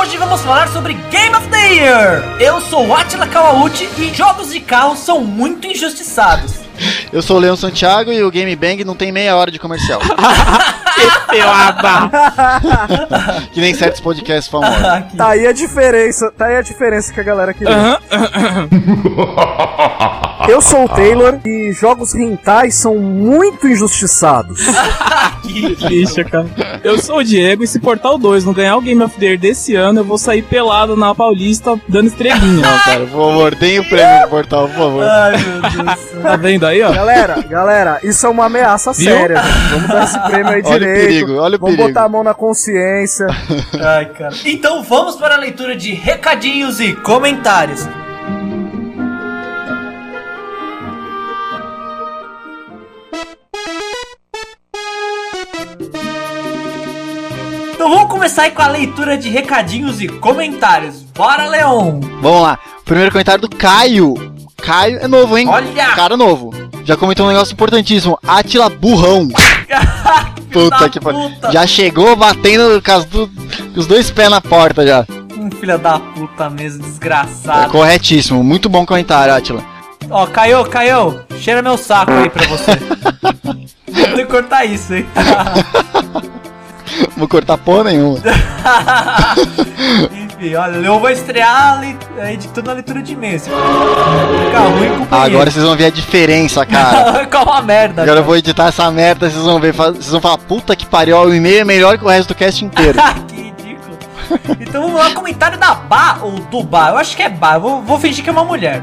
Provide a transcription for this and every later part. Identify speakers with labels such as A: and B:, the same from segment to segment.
A: Hoje vamos falar sobre Game of the Year. Eu sou Atila Kawauchi e jogos de carro são muito injustiçados.
B: Eu sou o Leon Santiago e o Game Bang não tem meia hora de comercial. que nem certos podcasts famosos.
A: Ah,
C: Tá aí a diferença, tá aí a diferença que a galera queria. Eu sou o Taylor e jogos rentais são muito injustiçados.
D: Triste, cara. Eu sou o Diego e se Portal 2 não ganhar o Game of the Year desse ano, eu vou sair pelado na Paulista dando estrelinha, ó, cara.
B: Vou morder o prêmio do portal, por favor.
A: Ai meu Deus. do céu.
D: Tá vendo aí, ó?
C: Galera, galera, isso é uma ameaça
D: Viu?
C: séria. gente. Vamos dar esse prêmio aí
B: Olha o
C: direito.
B: perigo, olha o
C: Vamos
B: perigo.
C: botar a mão na consciência.
A: Ai, cara. Então vamos para a leitura de recadinhos e comentários. Então vamos começar aí com a leitura de recadinhos e comentários. Bora, Leon!
B: Vamos lá. Primeiro comentário do Caio. Caio é novo, hein?
A: Olha!
B: Cara novo. Já comentou um negócio importantíssimo. Atila burrão. Puta
A: da
B: que pariu.
A: puta.
B: Já chegou batendo com, as du- com os dois pés na porta já.
A: Um filho da puta mesmo,
B: É
A: desgraçado.
B: corretíssimo. Muito bom comentário, Atila.
A: Ó, Caio, Caio, cheira meu saco aí pra você. Tem que cortar isso, hein?
B: Vou cortar porra nenhuma.
A: Enfim, olha, eu vou estrear a lei- a editando a leitura de e-mail. Se ficar ruim,
B: Ah, agora
A: companheiro.
B: vocês vão ver a diferença, cara.
A: Qual uma merda.
B: Agora eu vou editar essa merda, vocês vão ver. fa- Vocês vão falar, puta que pariu, o e-mail é melhor que o resto do cast inteiro.
A: cara. que ridículo. Então vamos lá, comentário da Bá, ou do Bá, eu acho que é Bá, eu vou, vou fingir que é uma mulher.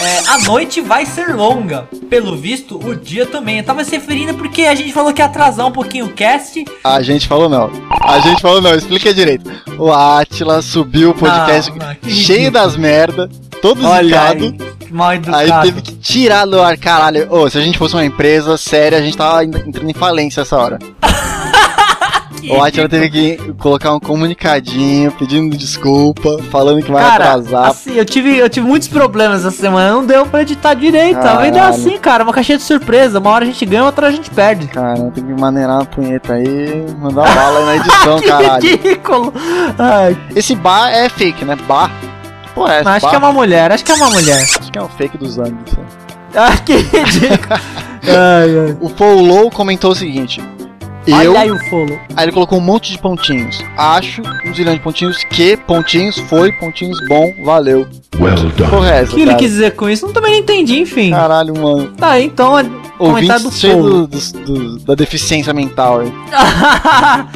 A: É, a noite vai ser longa, pelo visto, o dia também. Eu tava se referindo porque a gente falou que ia atrasar um pouquinho o cast.
B: A gente falou não. A gente falou não, explica direito. O Atila subiu o podcast
A: Ah, que
B: cheio
A: ridículo.
B: das merda, todo
A: Olha aí,
B: zicado.
A: que mal educado.
B: Aí teve que tirar do ar, caralho. Ô, se a gente fosse uma empresa séria, a gente tava en- entrando em falência essa hora.
A: Que
B: O Atila teve que colocar um comunicadinho, pedindo desculpa, falando que vai
A: Cara,
B: atrasar.
A: assim, eu tive, eu tive muitos problemas essa semana, não deu pra editar direito. Tá vendo? É
B: Caralho.
A: assim, cara, uma caixinha de surpresa. Uma hora a gente ganha, outra a gente perde.
B: Cara, tem que maneirar a punheta aí, mandar bala aí na edição, Então, caralho.
A: que ridículo! Ai,
B: Esse bar é fake, né? Bar. Pô, é,
A: mas acho
B: bar.
A: que é uma mulher, acho que é uma mulher.
B: acho que é um fake dos anos. né?
A: Ah, que ridículo! ai, ai.
B: O Follow comentou o seguinte. Eu,
A: Olha
B: aí
A: aí o folo.
B: ele colocou um monte de pontinhos. Acho um zilhão de pontinhos, que pontinhos, foi, pontinhos, bom, valeu.
E: Well done.
B: Porra, é essa,
A: O que ele
B: cara?
A: quis dizer com isso? Eu também não entendi, enfim.
B: Caralho, mano.
A: Tá, então. é- Comentário
B: Ouvinte
A: do
B: cheio
A: Follow.
B: do, dos- do- da deficiência mental aí.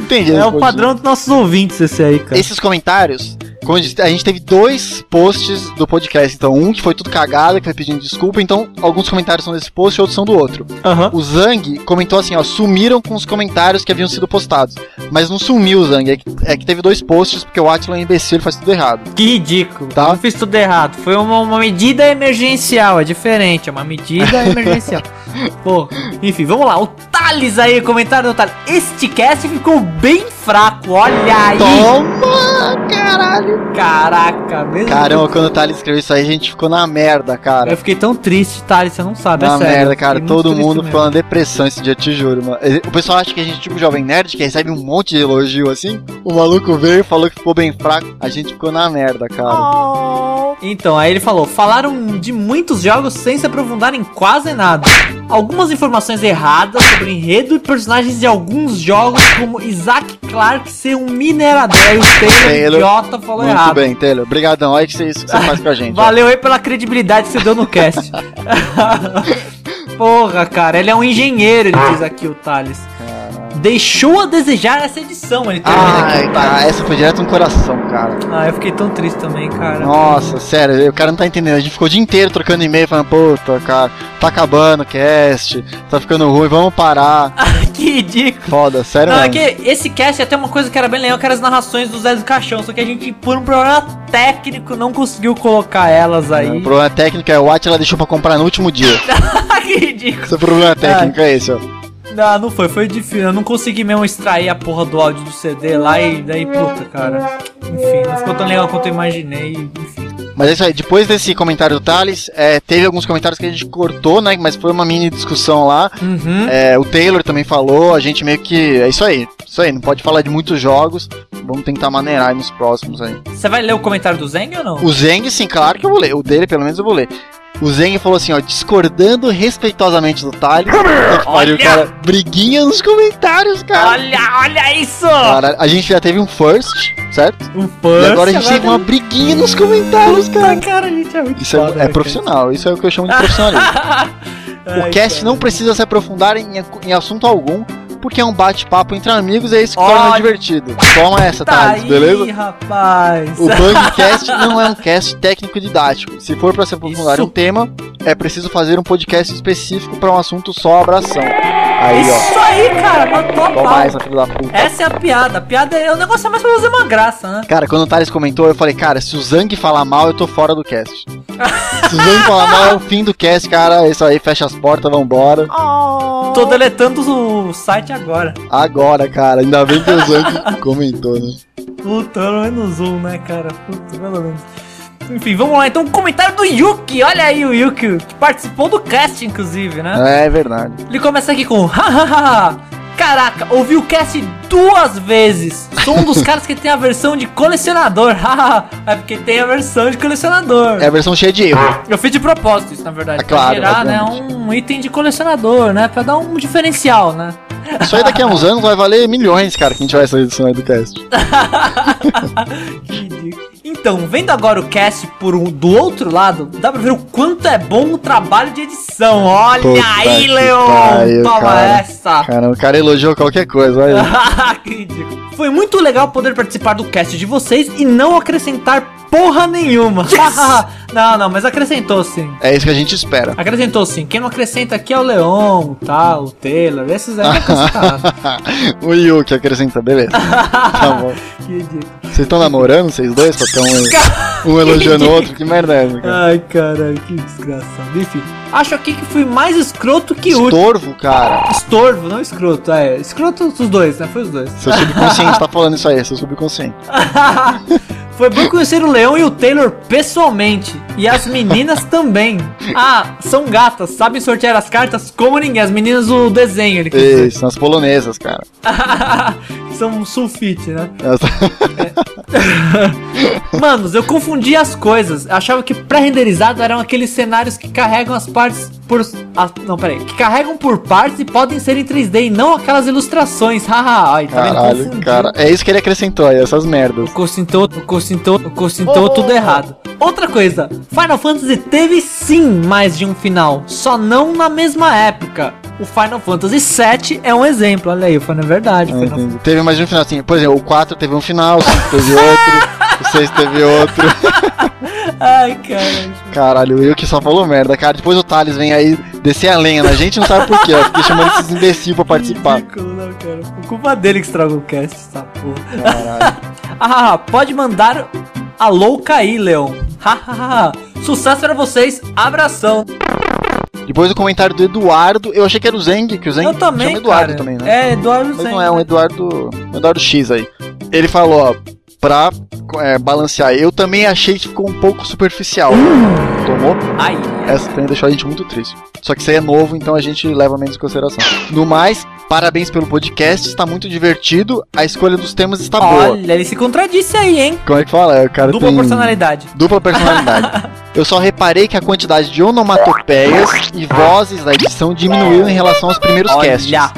B: Entendi.
A: é
B: esse
A: o
B: pontinho.
A: padrão dos nossos ouvintes esse aí, cara.
B: Esses comentários, como eu disse, a gente teve dois posts do podcast. Então, um que foi tudo cagado, que foi pedindo desculpa. Então, alguns comentários são desse post e outros são do outro.
A: Aham.
B: O Zang comentou assim, ó, sumiram com os comentários que haviam sido postados. Mas não sumiu o Zang, é que, é que teve dois posts, porque o Atila é um imbecil, ele faz tudo errado.
A: Que ridículo.
B: Tá.
A: Eu não fiz tudo errado. Foi uma, uma medida emergencial. É diferente. É uma medida emergencial. Pô, enfim, vamos lá. O Thales aí, comentário do Thales. Este cast ficou bem fraco. Olha aí.
B: Então, Toma, caralho!
A: Caraca, mesmo.
B: Caramba, quando o Thales escreveu isso aí, a gente ficou na merda, cara.
A: Eu fiquei tão triste, Thales. Você não sabe,
B: Na
A: é sério.
B: merda, cara.
A: Fiquei muito
B: Todo
A: triste
B: mundo
A: mesmo.
B: ficou na depressão esse dia, te juro, mano. O pessoal acha que a gente é tipo jovem nerd, que recebe um monte de elogio assim. O maluco veio e falou que ficou bem fraco. A gente ficou na merda, cara.
A: Ah, Então, aí ele falou: falaram de muitos jogos sem se aprofundar em quase nada. Algumas informações erradas sobre o enredo e personagens de alguns jogos, como Isaac Clarke ser um minerador. Aí o Taylor
B: Taylor,
A: idiota falou
B: Muito
A: errado.
B: bem, Taylor. Obrigadão. Olha que isso isso que você faz pra gente. ó.
A: Valeu aí pela credibilidade que você deu no cast. Porra, cara, ele é um engenheiro, ele diz aqui o Thales. Deixou a desejar essa edição, ele termina aqui.
B: Ai, cara, essa foi direto no coração, cara.
A: Ah, eu fiquei tão triste também, cara.
B: Nossa, sério, o cara não tá entendendo. A gente ficou o dia inteiro trocando e-mail, falando, puta, cara, tá acabando o cast, tá ficando ruim, vamos parar.
A: que ridículo.
B: Foda, sério
A: Não, é
B: mesmo.
A: que esse cast é até uma coisa que era bem legal, que era as narrações do Zé do Caixão, só que a gente, por um problema técnico, não conseguiu colocar elas
B: O
A: aí.
B: problema técnico é o Watch, ela deixou pra comprar no último dia.
A: que ridículo.
B: Seu problema técnico é esse, ó.
A: Não, não foi, foi difícil. Eu não consegui mesmo extrair a porra do áudio do CD lá e daí, puta, cara. Enfim, não ficou tão legal quanto eu imaginei, enfim.
B: Mas é isso aí, depois desse comentário do Thales, é, teve alguns comentários que a gente cortou, né? Mas foi uma mini discussão lá.
A: Uhum.
B: É, o Taylor também falou, a gente meio que. É isso aí, isso aí, não pode falar de muitos jogos. Vamos tentar maneirar aí nos próximos aí.
A: Você vai ler o comentário do Zeng ou não?
B: O Zeng, sim, claro que eu vou ler. O dele, pelo menos, eu vou ler. O Zeng falou assim, ó, discordando respeitosamente do Thales. Olha!
A: Olha!
B: o cara, briguinha nos comentários, cara.
A: Olha, olha isso!
B: Cara, a gente já teve um first, certo?
A: Um
B: e
A: first,
B: agora a gente teve uma briguinha nos comentários, cara.
A: Cara, a gente é muito
B: Isso
A: foda,
B: é, é
A: né,
B: profissional, isso é o que eu chamo de profissionalismo.
A: cara?
B: O
A: Ai,
B: cast
A: cara.
B: não precisa se aprofundar em, em assunto algum, porque é um bate-papo entre amigos e é isso que torna
A: Olha.
B: divertido. Toma essa,
A: Tá
B: Thales,
A: aí,
B: beleza?
A: rapaz.
B: O Bangcast não é um cast técnico didático. Se for para se aprofundar em um
A: Isso.
B: tema, é preciso fazer um podcast específico para um assunto só abração. Aí, ó.
A: É Isso aí, cara, matou a pau.
B: Toma essa, filho da puta.
A: Essa é a piada. A piada é o negócio é mais pra fazer uma graça, né?
B: Cara, quando o Thales comentou, eu falei, cara, se o Zang falar mal, eu tô fora do cast. se o Zang falar mal, é o fim do cast, cara. É Isso aí, fecha as portas, vambora.
A: Tô deletando o site agora.
B: Agora, cara, ainda bem que o Zang comentou, né?
A: Puta, pelo menos um, né, cara? Puta, pelo menos. Enfim, vamos lá então. Um comentário do Yuki. Olha aí o Yuki, que participou do cast, inclusive, né?
B: É verdade.
A: Ele começa aqui com hahaha. Caraca, ouvi o cast duas vezes. Sou um dos caras que tem a versão de colecionador. hahaha. é porque tem a versão de colecionador.
B: É a versão cheia de erro.
A: Eu fiz de propósito isso, na verdade.
B: É
A: pra
B: claro,
A: gerar, né,
B: obviamente.
A: um item de colecionador, né? Pra dar um diferencial, né?
B: Isso aí daqui a uns anos vai valer milhões, cara, que a gente vai sair disso aí do cast.
A: Que ridículo. Então, vendo agora o cast por um, do outro lado, dá pra ver o quanto é bom o trabalho de edição. Olha
B: Puta
A: aí,
B: que
A: Leon!
B: pariu,
A: Toma
B: cara.
A: essa!
B: Cara, o cara elogiou qualquer coisa, olha.
A: Que ridículo. Foi muito legal poder participar do cast de vocês e não acrescentar porra nenhuma. não, não, mas acrescentou sim.
B: É isso que a gente espera.
A: Acrescentou sim. Quem não acrescenta aqui é o Leon, tá, o Taylor, esses aí não acrescentaram.
B: o Yuki acrescenta, beleza. Tá bom.
A: que ridículo.
B: Vocês estão namorando, vocês dois? Pra ter um, um elogiando o outro? Que merda é essa, cara?
A: Ai, caralho, que desgraçado. Enfim, acho aqui que fui mais escroto que útil.
B: Estorvo, cara.
A: Estorvo, não escroto, é. Escroto os dois, né? Foi os dois.
B: Seu subconsciente tá falando isso aí, seu subconsciente.
A: Foi bom conhecer o Leão e o Taylor pessoalmente. E as meninas também. Ah, são gatas, sabem sortear as cartas como ninguém. As meninas do desenho, ele quer dizer.
B: Isso, nas polonesas, cara.
A: São um sulfite, né?
B: Elas- É.
A: Manos, eu confundi as coisas. Achava que pré-renderizado eram aqueles cenários que carregam as partes por. as- não, peraí. Que carregam por partes e podem ser em 3D e não aquelas ilustrações. Haha, ai, tá vendo?
B: Caralho,
A: Confundi.
B: cara. É isso que ele acrescentou aí, essas merdas.
A: O curso então, o curso então, o curso
B: Oh.
A: então, tudo errado. Outra coisa, Final Fantasy teve sim mais de um final, só não na mesma época. O Final Fantasy VII é um exemplo, olha aí, foi na verdade.
B: Ah,
A: Final...
B: entendi. Teve mais de um final assim. Por exemplo, o 4 teve um final, o 5 teve outro, o 6 teve outro.
A: Ai, cara.
B: Caralho, o Yuki só falou merda, cara. Depois o Thales vem aí descer a lenha. A gente não sabe por quê. Eu fiquei chamando esses imbecil pra participar.
A: Ridículo, né, cara? Foi culpa dele que estragou o cast, essa porra.
B: Caralho.
A: Ah, pode mandar a louca aí, Leon. Hahaha. Sucesso pra vocês, abração.
B: Depois o comentário do Eduardo. Eu achei que era o Zeng, que o Zeng
A: Eu também,
B: chama Eduardo
A: cara.
B: também, né?
A: É, Eduardo
B: Mas
A: Zen.
B: não é um Eduardo. um Eduardo X aí. Ele falou, ó, pra é, balancear. Eu também achei que ficou um pouco superficial. Tomou?
A: Ai,
B: Essa também deixou a gente muito triste. Só que isso aí é novo, então a gente leva menos em consideração. No mais, parabéns pelo podcast, está muito divertido. A escolha dos temas está boa.
A: olha, ele se contradisse aí, hein?
B: Como é que fala? É, O cara
A: Dupla
B: tem
A: personalidade.
B: Dupla personalidade. Eu só reparei que a quantidade de onomatopeias e vozes da edição diminuiu em relação aos primeiros casts.
A: Olha,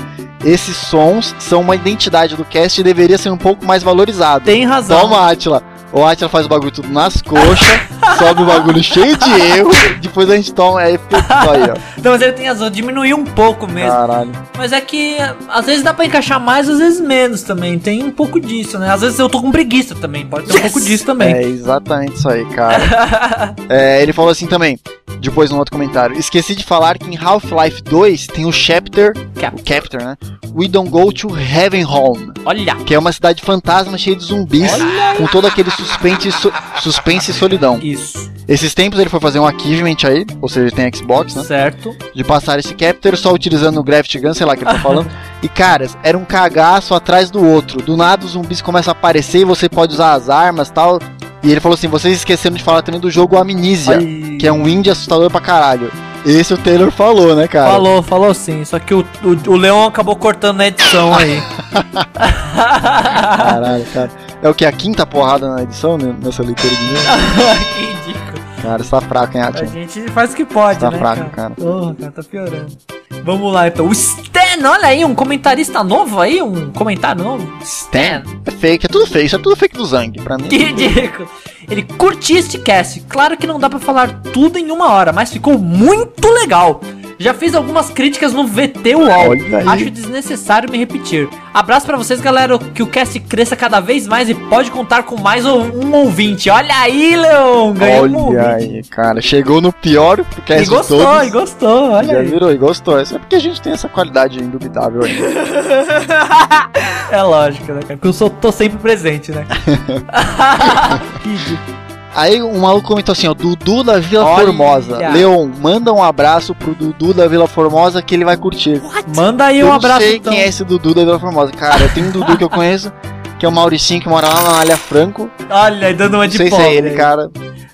B: Esses sons são uma identidade do cast e deveria ser um pouco mais valorizado.
A: tem razão.
B: Toma, Atila. O Atila faz o bagulho tudo nas coxas, sobe o bagulho cheio de erro, depois a gente toma. Aí fica só aí, ó.
A: Não, mas ele tem razão, diminuiu um pouco mesmo.
B: Caralho.
A: Mas é que às vezes dá pra encaixar mais, às vezes menos também. Tem um pouco disso, né? Às vezes eu tô com preguiça também, pode ter um pouco disso também.
B: É exatamente isso aí, cara. É, ele falou assim também, depois num outro comentário. Esqueci de falar que em Half-Life 2 tem o chapter,
A: Cap.
B: o chapter, né? We don't go to Heavenholm,
A: Olha,
B: que é uma cidade fantasma cheia de zumbis, com todo aquele suspense, e so- suspense e solidão.
A: isso,
B: Esses tempos ele foi fazer um achievement aí, ou seja, ele tem Xbox, né?
A: certo?
B: De passar esse capture só utilizando o Graft Gun, sei lá o que ele tá falando. e caras, era um cagaço atrás do outro. Do nada os zumbis começam a aparecer e você pode usar as armas e tal. E ele falou assim: vocês esqueceram de falar também do jogo Amnesia,
A: Olha.
B: que é um indie assustador pra caralho. Esse o Taylor falou, né, cara?
A: Falou, falou sim, só que o, o, o Leon acabou cortando na edição aí.
B: Caralho, cara. É o que? A quinta porrada na edição, né? Nessa leitura de e-mail?
A: que ridículo.
B: Cara, você tá fraco, hein,
A: A
B: Atin?
A: gente faz o que pode,
B: Tá
A: né,
B: fraco, cara.
A: Porra, cara, tá piorando. Vamos lá, então. O Stan, olha aí, um comentarista novo aí, um comentário novo. Stan.
B: É fake, é tudo fake, isso é tudo fake do Zang, pra mim.
A: Que ridículo. Ele curtiu este cast. Claro que não dá pra falar tudo em uma hora, mas ficou muito legal. Já fiz algumas críticas no VT UOL.
B: Olha aí.
A: Acho desnecessário me repetir. Abraço pra vocês, galera. Que o cast cresça cada vez mais e pode contar com mais ou- um ouvinte. Olha aí, Leon. Ganhou um ouvinte.
B: Olha aí, cara, chegou no pior
A: E
B: podcast de
A: gostou,
B: todos.
A: e gostou. Olha
B: Já
A: aí.
B: virou e gostou. Isso é porque a gente tem essa qualidade indubitável aí.
A: é lógico, né, cara? Porque eu sou, tô sempre presente, né? Que ridículo.
B: Aí um maluco comentou assim, ó, Dudu da Vila
A: Olha.
B: Formosa. Leon, manda um abraço pro Dudu da Vila Formosa que ele vai curtir.
A: Manda aí um
B: Eu não
A: abraço,
B: sei
A: então.
B: quem é esse Dudu da Vila Formosa. Cara, tem um Dudu que eu conheço, que é o Mauricinho, que mora lá na Alia Franco.
A: Olha aí, dando uma
B: não
A: de
B: sei se
A: pobre
B: é ele,
A: aí.
B: cara.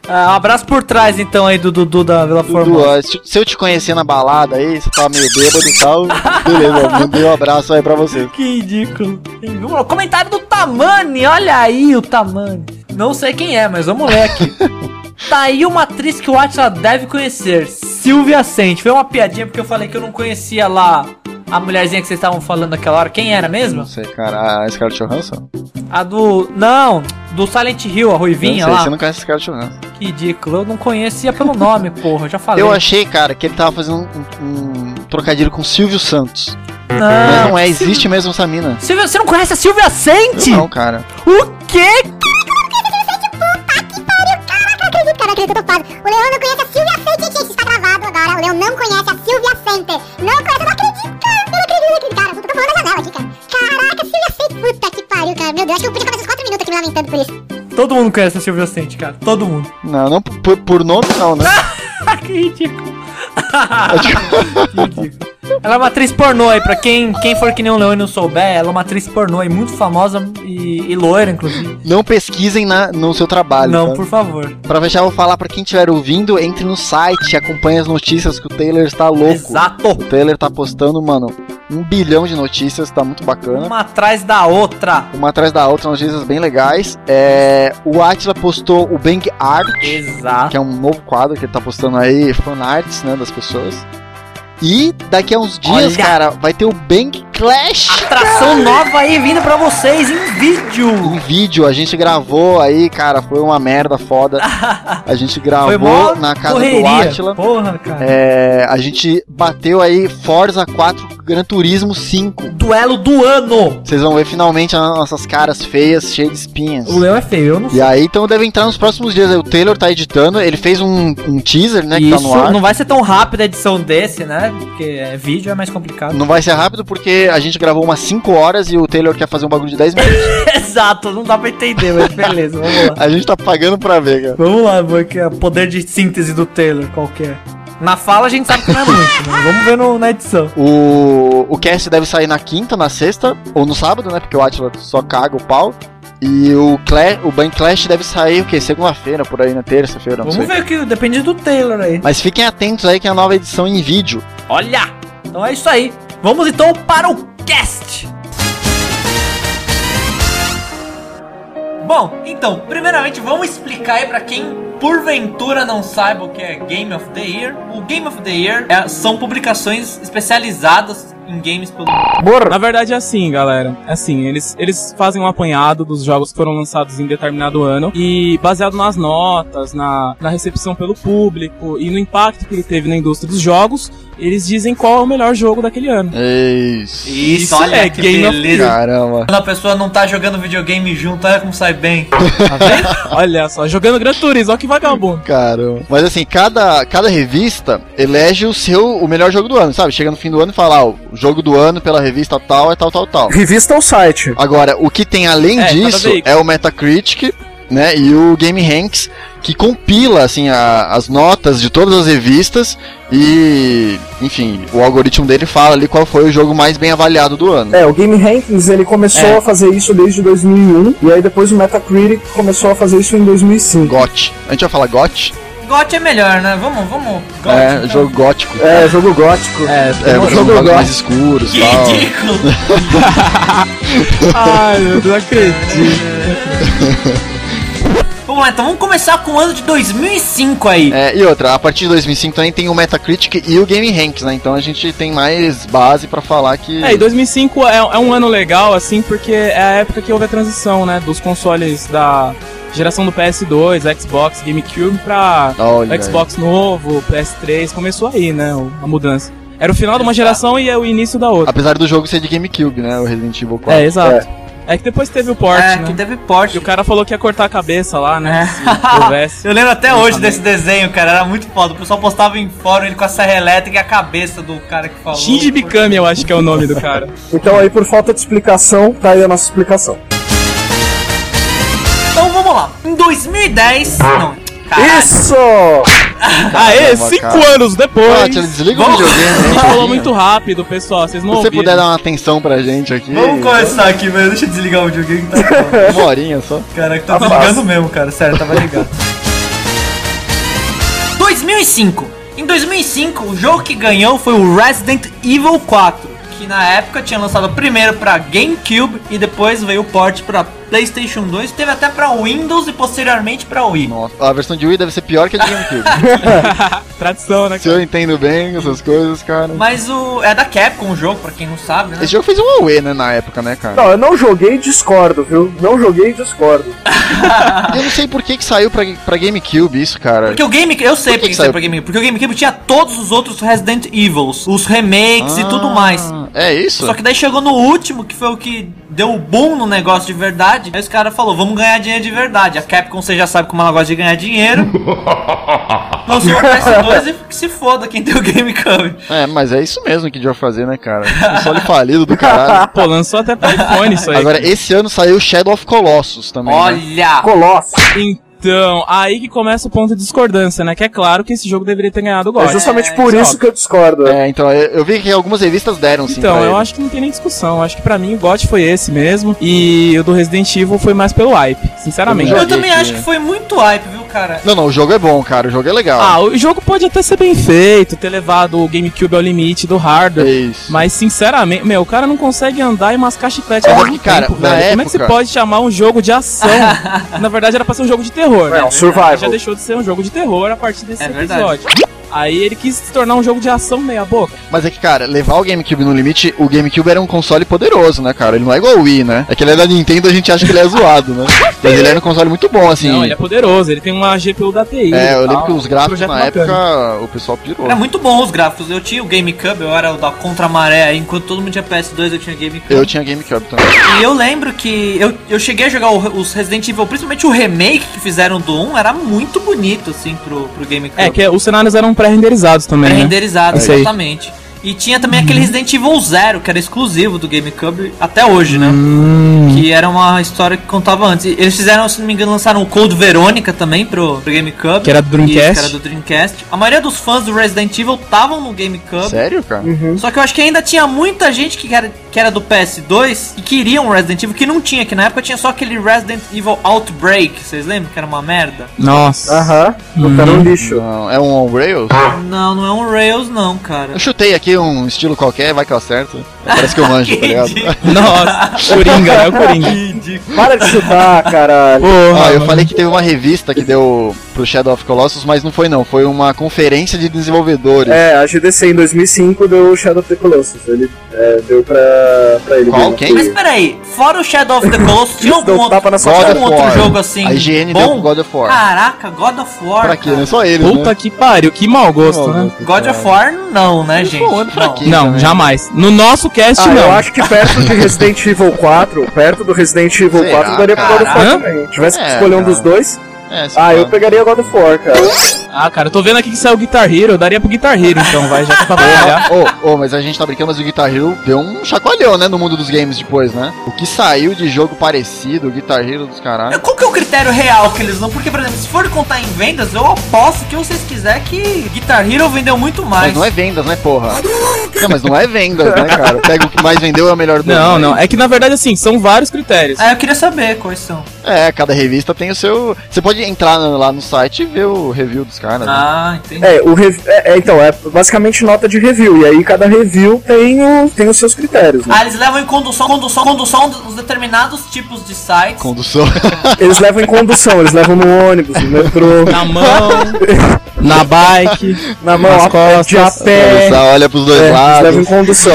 A: Ah, um abraço por trás, então, aí do Dudu da Vila
B: Dudu,
A: Formosa.
B: ó, se- se eu te conhecer na balada aí, você tá meio bêbado e tal, beleza, ó, mandei um abraço aí pra você.
A: Que ridículo. Vamos lá, Comentário do Tamani, olha aí o Tamani. Não sei quem é, mas vamos ler aqui. tá aí uma atriz que o Atila deve conhecer, Silvia Sente. Foi uma piadinha porque eu falei que eu não conhecia lá a mulherzinha que vocês estavam falando naquela hora. Quem era mesmo?
B: Não sei, cara, é a Scarlett Johansson?
A: A do. Não, do Silent Hill, a Ruivinha
B: eu não sei,
A: lá.
B: você não conhece a Scarlett Johansson.
A: Que ridículo, eu não conhecia pelo nome, porra, já falei.
B: Eu achei, cara, que ele tava fazendo um, um trocadilho com Silvio Santos. Mas
A: Não,
B: não é, existe mesmo essa mina.
A: Silvia, você não conhece a Silvia Sente?
B: Não, cara.
A: O quê?
E: acredito, é cara, acredito, eu tô quase. O Leão não conhece a Silvia Center, gente, está gravado agora. O Leão não conhece a Silvia Center. Não conhece, eu não acredito, cara. Eu não acredito, eu não acredito, cara. Eu tô falando da janela aqui, cara. Caraca, Silvia Center, puta que pariu, cara. Meu Deus, acho que eu podia começar uns 4 minutos aqui me lamentando por isso.
A: Todo mundo conhece a Silvia Sente, cara. Todo mundo.
B: Não, não por, por nome não, né?
A: Ah, que ridículo. Que ridículo. Ela é uma atriz pornô aí, pra quem, quem for que nem o Leão e não souber, ela é uma atriz pornô aí, muito famosa e, e loira, inclusive.
B: Não pesquisem na, no seu trabalho.
A: não,
B: tá?
A: por favor.
B: Pra fechar, eu vou falar pra quem estiver ouvindo, entre no site, acompanhe as notícias que o Taylor está louco.
A: Exato.
B: O Taylor tá postando, mano, um bilhão de notícias, tá muito bacana.
A: Uma atrás da outra.
B: Uma atrás da outra, notícias bem legais. É, o Atila postou o Bang Art,
A: Exato.
B: que é um novo quadro que ele tá postando aí, fanarts, né, das pessoas. E daqui a uns dias,
A: Olha!
B: cara, vai ter o Bang Clash
A: Atração nova aí vindo pra vocês em vídeo.
B: um vídeo. A gente gravou aí, cara, foi uma merda foda. A gente
A: Foi
B: gravou
A: mó
B: na casa do
A: correria.
B: Atila.
A: Porra, cara.
B: É, a gente bateu aí Forza 4 Gran Turismo 5.
A: Duelo do ano.
B: Vocês vão ver finalmente as nossas caras feias, cheias de espinhas.
A: O Leão é feio, eu não
B: E aí, então deve entrar nos próximos dias. Aí O Taylor tá editando, ele fez um, um teaser, né? Que tá no
A: Isso
B: ar.
A: não é vai ser tão rápida a edição desse, né? Porque é vídeo é mais complicado.
B: Não vai ser rápido porque a gente gravou umas 5 horas e o Taylor quer fazer um bagulho de 10 minutos.
A: Exato, não dá pra entender, mas beleza, vamos lá.
B: a gente tá pagando pra ver, cara.
A: Vamos lá, porque é poder de síntese do Taylor, qualquer. Na fala a gente sabe que não é muito, né? Vamos ver no- na edição.
B: O, o cast deve sair na quinta, na sexta, ou no sábado, né? Porque o Atila só caga o pau. E o, Cla o Bank Clash deve sair o quê? Segunda-feira, por aí, na terça-feira, não sei.
A: Vamos ver que depende do Taylor aí.
B: Mas fiquem atentos aí que é a nova edição em vídeo.
A: Olha! Então é isso aí. Vamos então para o cast. Bom, então, primeiramente vamos explicar aí pra quem porventura não saiba o que é Game of the Year. O Game of the Year é- são publicações especializadas em games pelo
D: Na verdade é assim, galera. É assim, eles, eles fazem um apanhado dos jogos que foram lançados em determinado ano e baseado nas notas, na, na recepção pelo público e no impacto que ele teve na indústria dos jogos, eles dizem qual é o melhor jogo daquele ano.
A: Isso,
B: Isso.
D: Isso
A: Então, olha
D: é
A: que
D: Game of
A: beleza.
B: Caramba.
A: Quando a pessoa não tá jogando videogame junto, olha como sai bem.
D: Tá vendo? Olha só, jogando Gran Turismo, ó que vagabundo.
B: Caramba. Mas assim, cada, cada revista elege o seu o melhor jogo do ano, sabe? Chega no fim do ano e fala, ah, o jogo do ano pela revista tal é tal, tal, tal.
C: Revista ou site?
B: Agora, o que tem além
D: É, cada
B: disso
D: veículo.
B: é o Metacritic, né, e o Game Ranks, que compila, assim, a- as notas de todas as revistas e, enfim, o algoritmo dele fala ali qual foi o jogo mais bem avaliado do ano.
C: É, o Game Rankings ele começou
D: É.
C: a fazer isso desde 2001 e aí depois o Metacritic começou a fazer isso em 2005.
B: GOT. A gente vai falar GOT?
A: GOT é melhor, né? Vamos, vamos. GOT,
B: é,
A: então.
B: jogo gótico.
C: É, jogo gótico.
D: É,
B: É, um
C: jogo
B: jogo
C: gótico.
B: mais escuro e
A: Que
B: tal.
A: ridículo!
D: ai meu Deus, não acredito.
A: Vamos lá, então vamos começar com o ano de 2005 aí.
B: É, e outra, a partir de 2005 também tem o Metacritic e o Game Ranks, né? Então a gente tem mais base pra falar que.
D: É, e 2005 é, é um ano legal, assim, porque é a época que houve a transição, né, dos consoles da geração do PS2, Xbox, GameCube pra
B: Olha aí.
D: Xbox novo, PS3, começou aí, né, o- a mudança. Era o final de uma geração e é o início da outra.
B: Apesar do jogo ser de GameCube, né? O Resident Evil 4.
D: É, exato. É. que depois teve o port,
A: É,
D: né?
A: que teve porte.
D: E o cara falou que ia cortar a cabeça lá, né, se houvesse.
A: Eu lembro até hoje
D: Exatamente.
A: desse desenho, cara. Era muito foda. O pessoal postava em fórum ele com a serra elétrica e a cabeça do cara que falou.
D: Shinji Mikami, eu acho que é o nome do cara.
C: Então aí, por falta de explicação, tá aí a nossa explicação.
A: Então vamos lá. Em 2010. Não. Caralho.
C: Isso!
D: Aê,
B: Caramba,
D: cinco
B: cara.
D: anos
B: Ah,
D: depois!
B: tira, desliga o
A: Vamos-
B: videogame.
D: A
B: né?
D: gente falou muito rápido, pessoal, vocês
B: Se
D: não
B: você
D: ouviram.
B: puder dar uma atenção pra gente aqui.
A: Vamos começar aqui, velho. Deixa eu desligar o videogame que tá foda.
B: Uma horinha só.
A: Cara, que tá
C: Abraço.
A: desligando mesmo, cara. Sério, tava ligado. 2005. Em 2005, o jogo que ganhou foi o Resident Evil 4, que na época tinha lançado primeiro pra GameCube e depois veio o port pra PlayStation 2, teve até pra Windows e posteriormente pra Wii.
B: Nossa, a versão de Wii deve ser pior que a de GameCube.
D: Tradição, né?
B: Se eu entendo bem essas coisas, cara.
A: Mas o é da Capcom o jogo, pra quem não sabe, né?
B: Esse jogo fez um away, né, na época, né, cara?
C: Não, eu não joguei e discordo, viu? Não joguei e discordo.
B: E Eu não sei por que, que saiu pra, pra GameCube isso, cara.
A: Porque o Game eu sei
B: Por que
A: porque
B: que
A: saiu
B: saiu?
A: pra GameCube, porque o GameCube tinha todos os outros Resident Evils, os remakes e tudo mais.
B: Ah, É isso?
A: Só que daí chegou no último, que foi o que deu o boom no negócio de verdade. Aí os caras falaram, vamos ganhar dinheiro de verdade. A Capcom, você já sabe como ela gosta de ganhar dinheiro. Lançou o PS2 e que se foda quem tem o GameCube.
B: É, mas é isso mesmo que devia fazer, né, cara? Console falido do caralho.
D: Pô, lançou até pra iPhone isso aí.
B: Agora, esse ano saiu Shadow of Colossus também. né?
A: Olha!
C: Colosso.
D: Então, aí que começa o ponto de discordância, né? Que é claro que esse jogo deveria ter ganhado o
C: É
D: GOT.
C: justamente por
D: isso,
C: isso que eu discordo.
B: É, então, eu, eu vi que algumas revistas deram sim.
D: Então,
B: pra
D: eu
B: ele.
D: acho que não tem nem discussão. Eu acho que pra mim o GOT foi esse mesmo. E o do Resident Evil foi mais pelo hype, sinceramente.
B: Eu
A: Eu
B: joguei
A: também
B: aqui,
A: acho
B: né?
A: que foi muito hype, viu, cara?
B: Não, não, o jogo é bom, cara. O jogo é legal.
D: Ah, o jogo pode até ser bem feito, ter levado o GameCube ao limite do
B: é
D: hardware.
B: isso.
D: Mas, sinceramente, meu, o cara não consegue andar e mascar chiclete
B: É,
D: ao mesmo
B: cara,
D: tempo,
B: na
D: velho. Como é que
B: época-
D: você pode chamar um jogo de ação? na verdade, era pra ser um jogo de terror, né?
C: É, um survival.
D: Já deixou de ser um jogo de terror a partir desse
A: É verdade.
D: episódio. Aí ele quis se tornar um jogo de ação meia boca.
B: Mas é que, cara, levar o GameCube no limite, o GameCube era um console poderoso, né, cara? Ele não é igual o Wii, né? É que ele é da Nintendo a gente acha que ele é zoado, né? Mas ele era um console muito bom, assim.
D: Não, ele é poderoso, ele tem uma GPU da TI.
B: É, eu
D: e tal,
B: lembro que os gráficos
D: projeto
B: na
D: bacana.
B: época o pessoal pirou.
A: Era muito bom os gráficos. Eu tinha o GameCube, eu era o da contra-maré. aí, Enquanto todo mundo tinha PS2, eu tinha GameCube.
B: Eu tinha GameCube também.
A: E eu lembro que eu, eu cheguei a jogar o- os Resident Evil, principalmente o remake que fizeram do 1, era muito bonito, assim, pro, pro GameCube.
D: É, que os cenários eram pré-renderizados também, né?
A: renderizado,
D: Isso aí. Uhum.
A: exatamente. E tinha também aquele Resident Evil Zero, que era exclusivo do GameCube até hoje, né?
D: Hum.
A: Que era uma história que contava antes. E Eles fizeram, se não me engano, lançaram o Code Verônica também pro, pro GameCube.
D: Que era do
A: Isso,
D: Dreamcast.
A: que era do Dreamcast. A maioria dos fãs do Resident Evil estavam no
D: Uhum.
A: GameCube.
B: Sério, cara?
A: Só que eu acho que ainda tinha muita gente que era, que era do PS2 e queria um Resident Evil que não tinha, que na época tinha só aquele Resident Evil Outbreak, vocês lembram? Que era uma merda.
D: Nossa.
C: Aham. Uhum. Era um lixo.
B: Não, é um on rails?
A: Não, não é um Rails não, cara.
B: Eu chutei aqui um estilo qualquer, vai que eu acerto. Parece que eu manjo, tá ligado?
A: Ridículo.
D: Nossa, Coringa, é o Coringa.
C: Para de chutar, caralho.
D: Porra,
B: Ó, Ah, eu
D: mano.
B: falei que teve uma revista que deu pro Shadow of Colossus, mas não foi não, foi uma conferência de desenvolvedores.
C: É, a GDC em 2005 deu o Shadow of the Colossus. Ele é, deu pra, pra ele.
B: Qual?
C: mesmo.
B: Quem?
A: Mas peraí, fora o Shadow of the Colossus, tinha algum
C: Deu um
A: outro,
C: tapa na sua
A: tinha
B: God
C: cara.
B: of
A: algum outro
B: War.
A: jogo
D: É,
A: assim?
B: A IGN deu
A: bom?
B: pro God of War.
A: Caraca, God of War.
B: pra quê,
A: cara.
B: né? Só eles, né?
D: Ah, Puta que pariu, que mau gosto, né?
A: God of War não, né, gente?
B: Foi um ano
A: Não.
B: fraquinho
D: Não,
B: também.
D: jamais. No nosso cast,
C: Ah, eu
D: não.
C: acho que perto de Resident Evil 4, perto do Resident Evil
B: Será,
C: 4, daria pro God of
D: cara?
C: War também. Tivesse que
B: É,
C: escolher um
B: cara.
C: dos dois,
B: É, se
C: ah,
B: for.
C: eu pegaria God of War, cara.
D: Ah, cara, eu tô vendo aqui que saiu o Guitar Hero, eu daria pro Guitar Hero, então, vai, já que é pra olhar.
B: Ô, ô, mas a gente tá brincando, mas o Guitar Hero deu um chacoalhão, né, no mundo dos games depois, né? O que saiu de jogo parecido, o Guitar Hero dos caralho.
A: Qual que é o critério real que eles não? Porque, por exemplo, se for contar em vendas, eu aposto que vocês quiserem que Guitar Hero vendeu muito mais.
B: Mas não é vendas, né, porra? Não, mas não é vendas, né, cara? Pega o que mais vendeu é o melhor do
D: Não,
B: mundo.
D: não, é que na verdade, assim, são vários critérios.
A: Ah, eu queria saber quais são.
B: É, É, cada revista tem o seu. Você pode entrar no- lá no site e ver o review dos caras. né?
A: Ah, entendi.
C: É, o rev- é, é, então, é basicamente nota de review. E aí cada review tem, o, tem os seus critérios, né?
A: Ah, eles levam em condução, condução, condução dos determinados tipos de sites.
B: Condução.
C: Eles levam em condução, eles levam no ônibus, no metrô,
D: Na mão, na bike,
C: na mão,
D: nas
C: a,
D: costas.
C: de a
B: Você
C: pé.
B: olha pros dois
C: É, eles levam em
B: lados.
C: condução.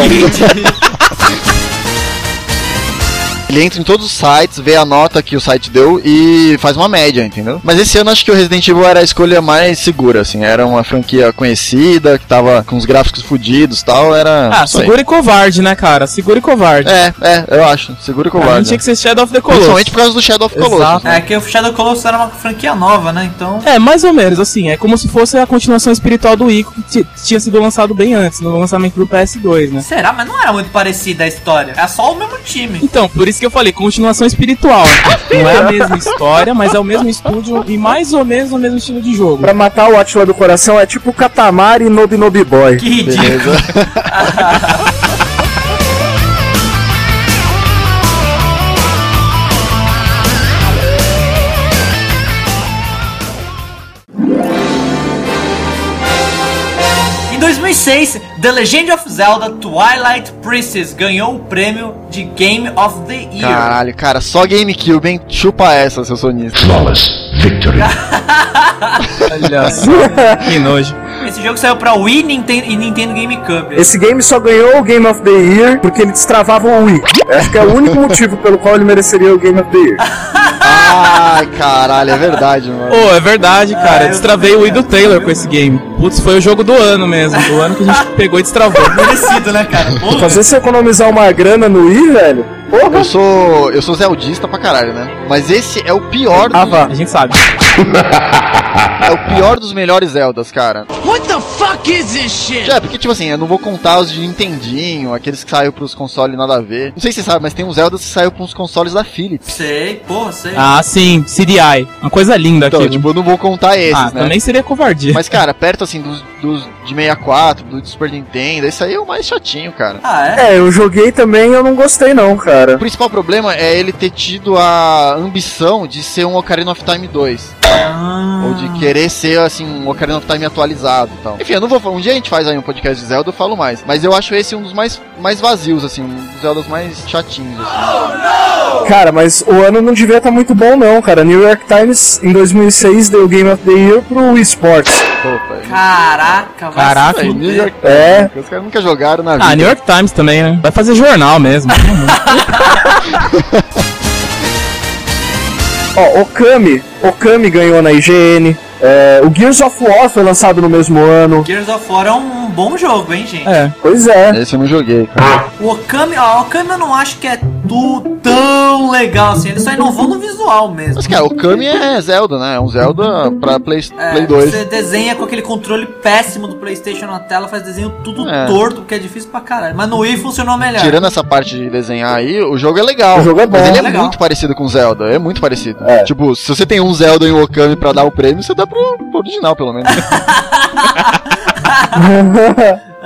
B: Ele entra em todos os sites, vê a nota que o site deu e faz uma média, entendeu? Mas esse ano acho que o Resident Evil era a escolha mais segura, assim. Era uma franquia conhecida, que tava com os gráficos fodidos e tal. Era.
D: Ah,
B: isso aí.
D: segura e covarde, né, cara? Segura e covarde.
B: É, é, eu acho. Seguro e
D: Pra mim
B: covarde. né?
D: tinha que ser Shadow of the Colossus.
B: Principalmente por causa do Shadow of Colossus.
D: Exato.
B: né?
A: É que o Shadow Colossus era uma franquia nova, né? Então.
D: É, mais ou menos, assim, é como se fosse a continuação espiritual do Ico, que ti- tinha sido lançado bem antes, no lançamento do PS2,
B: É.
D: né?
A: Será? Mas não era muito parecida a história. É só o mesmo time.
D: Então, por isso que eu falei, continuação espiritual. Não é a mesma história, mas é o mesmo estúdio e mais ou menos o mesmo estilo de jogo.
C: Pra matar o Atila do coração é tipo o Katamari Nobi Nobi Boy.
A: Que ridículo.
B: Beleza.
D: É.
A: Em 2006, The Legend of Zelda Twilight Princess ganhou o prêmio de Game of the Year.
B: Caralho, cara, só GameCube, hein? Chupa essa, seu sonista.
F: Flawless victory.
D: Olha só, que nojo.
A: Esse jogo saiu pra Wii Nintendo, e Nintendo GameCube.
C: Esse game só ganhou o Game of the Year porque ele destravava o Wii. Acho que é o único motivo pelo qual ele mereceria o Game of the Year.
B: Ai, caralho, é verdade, mano.
D: Ô, é verdade,
A: Ah,
D: cara.
A: eu
D: Eu destravei o Wii do Taylor com esse game. Putz, foi o jogo do ano mesmo. Do ano que a gente pegou e destravou.
A: Merecido, né, cara? Porra.
C: Fazer você economizar uma grana no Wii, velho? Porra!
B: Eu sou. Eu sou zeldista pra caralho, né? Mas esse é o pior do-
C: Ah, vá.
D: A gente sabe.
B: é o pior dos melhores Zeldas, cara. É, porque, tipo assim, eu não vou contar os de Nintendinho, aqueles que saiu pros consoles nada a ver. Não sei se você sabe, mas tem um Zelda que saiu pros consoles da Philips.
A: Sei, porra, sei.
D: Ah, sim, CDI. Uma coisa linda
B: Então,
D: aqui. né?
B: tipo, eu não vou contar esses,
D: ah,
B: né?
D: também seria covardia.
B: Mas, cara, perto assim dos, dos de 64, do Super Nintendo, esse aí é o mais chatinho, cara.
A: Ah, é?
C: É, eu joguei também e eu não gostei não, cara.
B: O principal problema é ele ter tido a ambição de ser um Ocarina of Time 2. Ou de querer ser, assim, um Ocarina of Time atualizado e tal. Enfim, eu não vou falar. Um dia a gente faz aí um podcast de Zelda, eu falo mais. Mas eu acho esse um dos mais, mais vazios, assim, um dos Zeldas mais chatinhos. assim.
C: Cara, mas o ano não devia estar muito bom não, cara. New York Times em 2006 deu o Game of the Year pro Wii Sports.
B: Pô, é velho.
A: Caraca, vai
D: Caraca,
A: se
B: Aí,
A: fuder.
B: New York
C: É,
B: Times, os caras nunca jogaram na vida.
D: Ah, New York Times também, né? Vai fazer jornal mesmo.
C: ó, Okami, Okami ganhou na IGN. É, o Gears of War foi lançado no mesmo ano.
A: Gears of War é um bom jogo, hein, gente?
D: é.
C: Pois é.
B: Esse eu não joguei, cara.
A: O Okami, ó, o Okami eu não acho que é tu tão legal assim. Ele só inovou no visual mesmo.
B: Mas, cara, o Kami é Zelda, né? É um Zelda pra Play,
A: É,
B: Play 2.
A: Você desenha com aquele controle péssimo do PlayStation na tela, faz desenho tudo
B: É.
A: torto, porque é difícil pra caralho. Mas no Wii funcionou melhor.
B: Tirando essa parte de desenhar aí, o jogo é legal.
C: O jogo é bom.
B: Mas ele é,
A: É legal.
B: muito parecido com Zelda. É muito parecido.
C: É.
B: Tipo, se você tem um Zelda e um Okami pra dar o prêmio, você dá pro, pro original, pelo menos.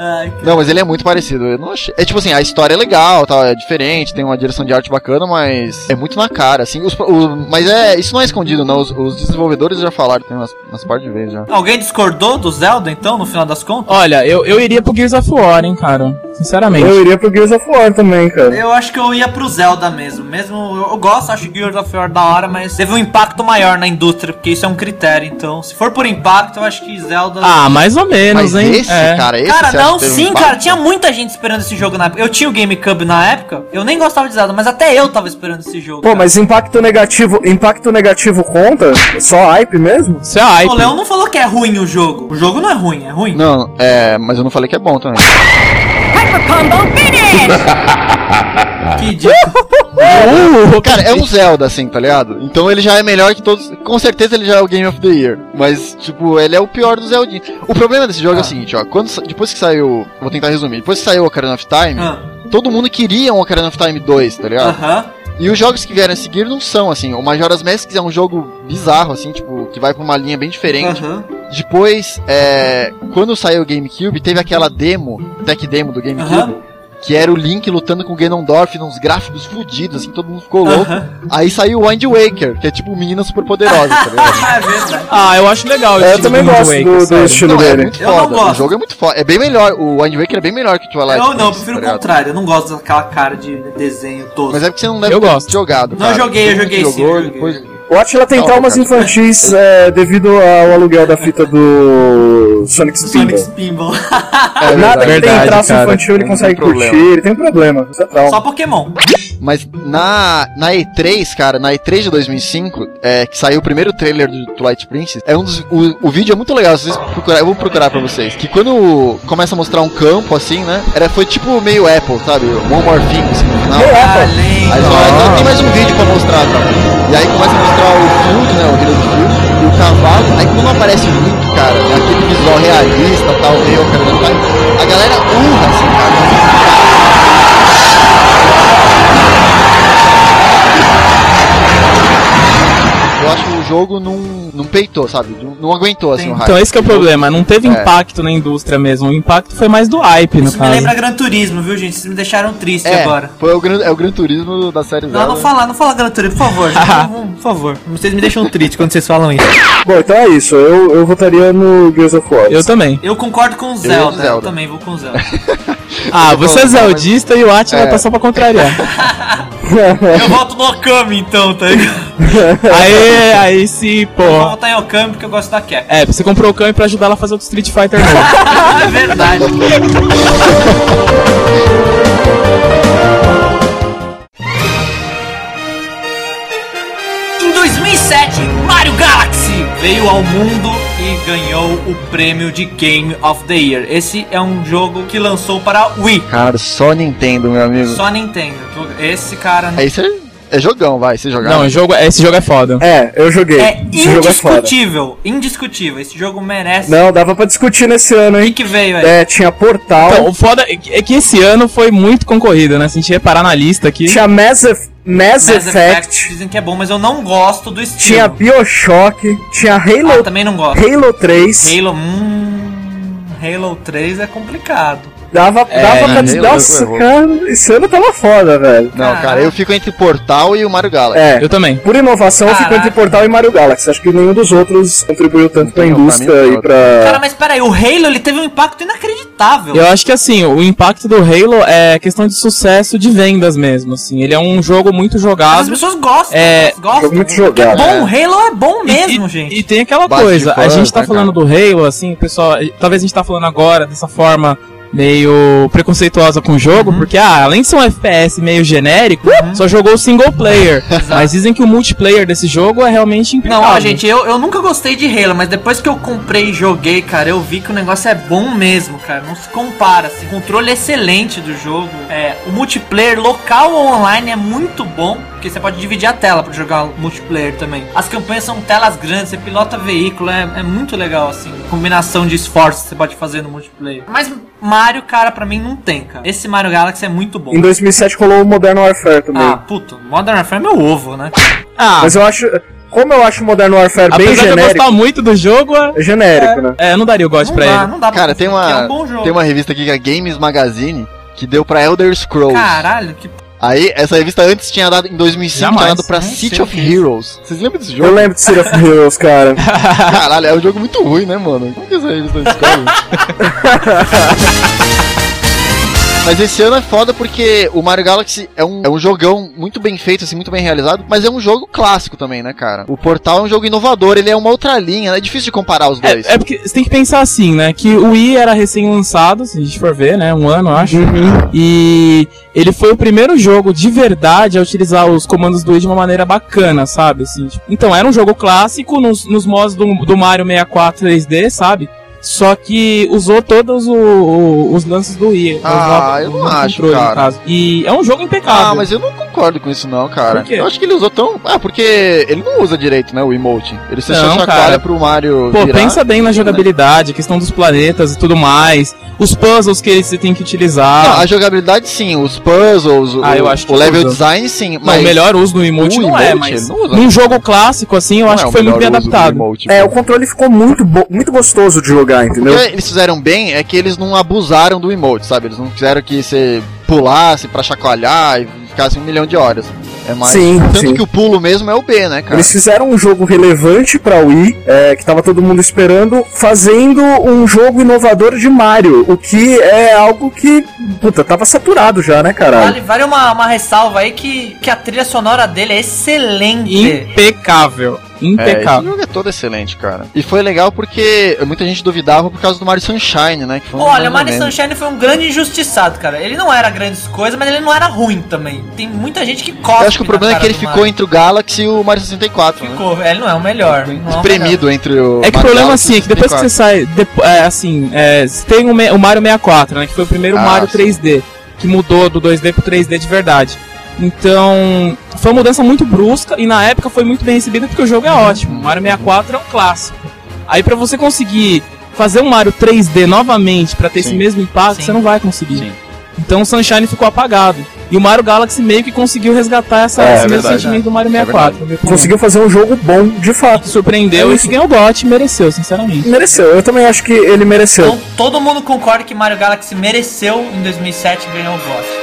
A: Ai,
B: não, mas ele é muito parecido. Eu não achei... É tipo assim, a história é legal, tal, é diferente, tem uma direção de arte bacana, mas é muito na cara, assim. Os, pro- o- mas é, isso não é escondido, não. Os, os desenvolvedores já falaram, tem umas, umas par de vezes já.
A: Alguém discordou do Zelda, então, no final das contas?
D: Olha, eu, eu iria pro Gears of War, hein, cara. Sinceramente.
C: Eu iria pro Gears of War também, cara.
A: Eu acho que eu ia pro Zelda mesmo. Mesmo eu eu gosto, acho Gears of War da hora, mas teve um impacto maior na indústria, porque isso é um critério. Então, se for por impacto, eu acho que Zelda.
D: Ah, mais ou menos,
B: mas
D: hein?
B: esse,
D: É.
B: cara, esse.
A: Cara,
B: você acha
A: não,
B: que teve um
A: sim,
B: impacto?
A: cara. Tinha muita gente esperando esse jogo na época. Eu tinha o GameCube na época, eu nem gostava de Zelda, mas até eu tava esperando esse jogo.
C: Pô, mas impacto negativo, impacto negativo conta? Só hype mesmo?
D: Isso é hype.
A: O Leão não falou que é ruim o jogo. O jogo não é ruim, é ruim.
B: Não, é, mas eu não falei que é bom também.
A: Que idiota.
D: Uh,
B: Cara, é um Zelda, assim, tá ligado? Então ele já é melhor que todos. Com certeza ele já é o Game of the Year. Mas, tipo, ele é o pior do Zeldinho. O problema desse
A: Ah.
B: jogo é o seguinte, ó. Quando, sa- depois que saiu. Vou tentar resumir. Depois que saiu Ocarina of Time,
A: Ah,
B: todo mundo queria um Ocarina of Time 2, tá ligado?
A: Aham.
B: E os jogos que vieram a seguir não são, assim. O Majora's Mask é um jogo bizarro, assim, tipo, que vai pra uma linha bem diferente.
A: Aham.
B: Depois, é, quando saiu o GameCube, teve aquela demo, tech demo do GameCube.
A: Aham.
B: que era o Link lutando com o Ganondorf nos gráficos fudidos, assim, todo mundo ficou louco.
A: Aham.
B: Aí saiu o Wind Waker, que é tipo menina super poderosa, tá ligado?
A: Ah, é verdade.
D: Ah, eu acho legal. o
C: É, eu
D: estilo
C: também
D: Wind
C: gosto
D: Waker,
C: do, do
D: sério.
C: estilo
B: Não, é
C: dele.
B: muito
A: Eu não
B: foda.
A: gosto.
B: O jogo é muito foda. É bem melhor. O Wind Waker é bem melhor que o Twilight.
A: Eu não, eu
B: Princess,
A: prefiro
B: tá
A: o
B: ligado?
A: contrário. Eu não gosto daquela cara de desenho tosco.
B: Mas é porque você não deve
D: Eu
B: ter
D: gosto.
B: jogado.
A: Não
B: cara.
A: joguei, eu
B: Todo mundo
A: joguei sim. eu
B: jogou,
A: joguei.
B: depois- É
C: O Atila tem
B: Não,
C: traumas
B: cara.
C: infantis é, devido ao aluguel da fita do Sonic
A: Sonic
C: Spinball.
A: Spinball.
B: É
C: Nada que tem
D: verdade,
C: traço
D: cara.
C: infantil ele
B: Não tem
C: consegue
B: problema.
C: curtir, ele tem problema, isso é trauma.
A: Só Pokémon.
B: Tá Mas na, na E3, cara, na E3 de 2005, é, que saiu o primeiro trailer do Twilight Princess, é um dos, o, o vídeo é muito legal, se vocês procurar, eu vou procurar pra vocês. Que quando começa a mostrar um campo, assim, né, era, foi tipo meio Apple, sabe? One More Thing, assim, no final.
A: Tá Além.
B: Aí eles falaram, "Então tem mais um vídeo pra mostrar, tá? E aí começa a mostrar o fundo, né, o Hero do Fundo, e o cavalo. Aí quando aparece o Link, cara, aquele visual realista, tal, meio, cara, a galera urra, assim, cara. Eu acho que o jogo não, não peitou, sabe? Não, não aguentou, assim, o hype.
D: Então esse que é o problema, não teve
B: É.
D: impacto na indústria mesmo. O impacto foi mais do hype, no
A: Isso me
D: caso.
A: lembra Gran Turismo, viu, gente? Vocês me deixaram triste
B: É,
A: agora.
B: foi o gran, é o Gran Turismo da série
A: Não,
B: zero.
A: não fala, não fala Gran Turismo, por favor. gente. por favor. Vocês me deixam triste quando vocês falam isso.
C: Bom, então é isso, eu, eu votaria no Gears of War.
D: Eu também.
A: Eu concordo com o
B: ia de
A: Zelda. Eu,
B: Zelda.
A: também vou com o Zelda.
D: Ah, você é
B: falando, mas-
D: zeldista e o Atila
B: É.
D: tá só pra contrariar.
A: eu voto no Okami, então, tá ligado?
D: Aê, aí sim,
A: Eu vou
D: pô.
A: votar em Okami porque eu gosto da Cap.
D: É, você comprou o Kami pra ajudar ela a fazer outro Street Fighter novo.
A: É verdade. Em 2007, Mario Galaxy veio ao mundo e ganhou o prêmio de Game of the Year. Esse é um jogo que lançou para Wii,
B: Cara, só Nintendo, meu amigo.
A: só Nintendo. Esse cara
B: Aí você... É jogão, vai, você jogar.
D: Não, o jogo, esse jogo é foda.
C: É, eu joguei.
A: é
C: Esse jogo é foda.
A: indiscutível, indiscutível. Esse jogo merece.
C: Não, dava pra discutir nesse ano,
A: O que
C: hein?
A: que veio aí?
C: É, tinha Portal,
D: Então, o foda é que- é que esse ano foi muito concorrido, né? Se a gente reparar na lista aqui.
C: tinha Mass, Eff- Mass
A: Mass Effect
C: Effect,
A: dizem que é bom, mas eu não gosto do estilo.
C: tinha Bioshock, tinha
A: Ah,
C: Halo,
A: também não gosto.
C: Halo 3.
A: Halo, hum, Halo 3 é complicado.
C: Dava,
D: É,
C: dava pra
B: Halo
C: dizer,
B: eu
C: nossa,
B: errou.
C: cara, esse ano tava foda, velho.
B: Não, cara, eu fico entre Portal e o Mario Galaxy.
C: É,
D: Eu também.
C: por inovação eu fico
A: Caraca.
C: entre Portal e Mario Galaxy. Acho que nenhum dos outros contribuiu tanto pra
B: Não, pra
C: indústria
B: mim,
C: e pra...
A: Cara, mas peraí, o Halo ele teve um impacto inacreditável.
D: Eu acho que assim, o impacto do Halo é questão de sucesso de vendas mesmo, assim. Ele é um jogo muito
A: Mas as
D: jogado.
A: pessoas gostam,
D: É,
A: elas gostam.
C: jogo muito
A: Porque é
C: jogado,
A: bom, o Halo é bom mesmo,
D: e,
A: gente.
D: E tem aquela
B: Base de
D: coisa, a
B: fãs,
D: gente tá
B: né,
D: falando do Halo, assim, o pessoal. Talvez a gente tá falando agora dessa forma meio preconceituosa com o jogo, porque ah, além de ser um FPS meio genérico, só jogou o single player. mas dizem que o multiplayer desse jogo é realmente
A: Não,
D: impecável.
A: ó, gente, eu, eu nunca gostei de Halo, mas depois que eu comprei e joguei, cara, eu vi que o negócio é bom mesmo, cara. Não se compara, assim. O controle excelente do jogo. É, o multiplayer local ou online é muito bom, porque você pode dividir a tela pra jogar multiplayer também. As campanhas são telas grandes, você pilota veículo, é, é muito legal, assim. a Combinação de esforços que você pode fazer no multiplayer. Mas Mario, cara, pra mim não tem, cara. Esse Mario Galaxy é muito bom.
C: Em 2007 rolou o Modern Warfare também.
A: Ah, puto, Modern Warfare é meu ovo, né?
D: Ah,
C: Mas eu acho... Como eu acho o Modern Warfare bem
D: apesar de eu
C: genérico...
D: gostar muito do jogo, é,
C: É genérico, né?
D: é, eu não daria o gosto
A: Não
D: pra
A: dá,
D: ele.
A: não dá pra
B: Cara, tem
A: dizer que
B: uma,
A: É um bom jogo.
B: tem uma revista aqui que é Games Magazine que deu pra Elder Scrolls.
A: Caralho, que
B: Aí, essa revista antes tinha dado, em 2005,
D: Jamais,
B: tinha dado pra
A: nem
B: City
A: sei
B: of
A: o que é isso.
B: Heroes. Vocês lembram desse
C: Eu
B: jogo?
C: lembro de City of Heroes, cara.
B: Caralho, é um jogo muito ruim, né, mano? Como que essa revista descobre? Mas esse ano é foda porque o Mario Galaxy é um, é um jogão muito bem feito, assim, muito bem realizado, mas é um jogo clássico também, né, cara? O Portal é um jogo inovador, ele é uma outra linha, né? É difícil de comparar os dois.
D: É, é porque você tem que pensar assim, né? Que o Wii era recém-lançado, se a gente for ver, né? Um ano, eu acho.
B: Uhum.
D: E ele foi o primeiro jogo de verdade a utilizar os comandos do Wii de uma maneira bacana, sabe? Assim, tipo, então, era um jogo clássico nos, nos mods do, do Mario 64 3D, sabe? Só que usou todos o- o- os lances do Wii.
B: Ah,
D: os-
B: eu
D: os
B: não
D: no
B: acho,
D: controle, no
B: cara.
D: caso. E é um jogo impecável.
B: Ah, mas eu não concordo com isso não, cara.
D: Por quê?
B: Eu acho que ele usou tão... Ah, porque ele não usa direito, né, o emote. Ele se
D: Não,
B: só
D: cara.
B: chacoalha pro Mario
D: Pô,
B: virar.
D: pensa bem na jogabilidade, a questão dos planetas e tudo mais, os puzzles que você tem que utilizar.
B: Não, a jogabilidade sim, os puzzles, o-
D: Ah, eu acho que
B: o level
D: usa.
B: design sim,
D: Não,
B: mas...
D: o melhor uso do emote
B: O
D: não é,
B: emote, ele
D: mas
B: não usa.
D: num jogo clássico assim, eu
B: é
D: acho que foi muito bem adaptado.
C: É, o controle ficou muito, bo- muito gostoso de jogar,
B: né? O
C: entendeu?
B: é que eles fizeram bem é que eles não abusaram do emote, sabe? Eles não fizeram que você pulasse, pra chacoalhar e ficasse um milhão de horas. É mais.
C: Sim,
B: Tanto
C: sim.
B: que o pulo mesmo é o B, né, cara?
C: Eles fizeram um jogo relevante pra Wii, é, que tava todo mundo esperando, fazendo um jogo inovador de Mario, o que é algo que, puta, tava saturado já, né, caralho?
A: Vale, vale uma, uma ressalva aí que, que a trilha sonora dele é excelente.
D: Impecável.
B: É, esse
D: Impecável.
B: jogo é todo excelente, cara. E foi legal porque muita gente duvidava por causa do Mario Sunshine, né? Que foi um
A: Olha, o
B: mais ou
A: Mario
B: menos.
A: Sunshine foi um grande injustiçado, cara. Ele não era grandes coisas, mas ele não era ruim também. Tem muita gente que cospe
B: Eu acho que o
A: na
B: problema é que
A: cara
B: ele
A: do
B: ficou
A: Mario.
B: entre o Galaxy e o Mario 64, né?
A: Ficou, ele não é o melhor. não é o melhor.
B: Espremido entre o.
D: É que o
B: Mario
D: problema,
B: Galaxy
D: assim, é que depois que
B: 64.
D: você sai. depo- é, assim, é, você tem o, me- o Mario 64, né? Que foi o primeiro
B: Ah,
D: Mario
B: sim.
D: 3D, que mudou do 2D pro 3D de verdade. Então, foi uma mudança muito brusca e na época foi muito bem recebida porque o jogo é ótimo. Mario 64 é um clássico. Aí pra você conseguir fazer um Mario 3D novamente pra ter esse
B: Sim.
D: mesmo impacto,
A: Sim.
D: você não vai conseguir.
B: Sim.
D: Então o Sunshine ficou apagado. E o Mario Galaxy meio que conseguiu resgatar essa,
C: É,
D: esse
B: é
D: mesmo
B: verdade.
D: sentimento do Mario
B: É
D: 64. na minha opinião.
C: Conseguiu fazer um jogo bom, de fato.
D: Surpreendeu
C: É
D: e
C: isso.
D: que ganhou o GOT mereceu, sinceramente.
C: Mereceu, eu também acho que ele mereceu.
A: Então todo mundo concorda que Mario Galaxy mereceu em 2007 ganhar o GOT.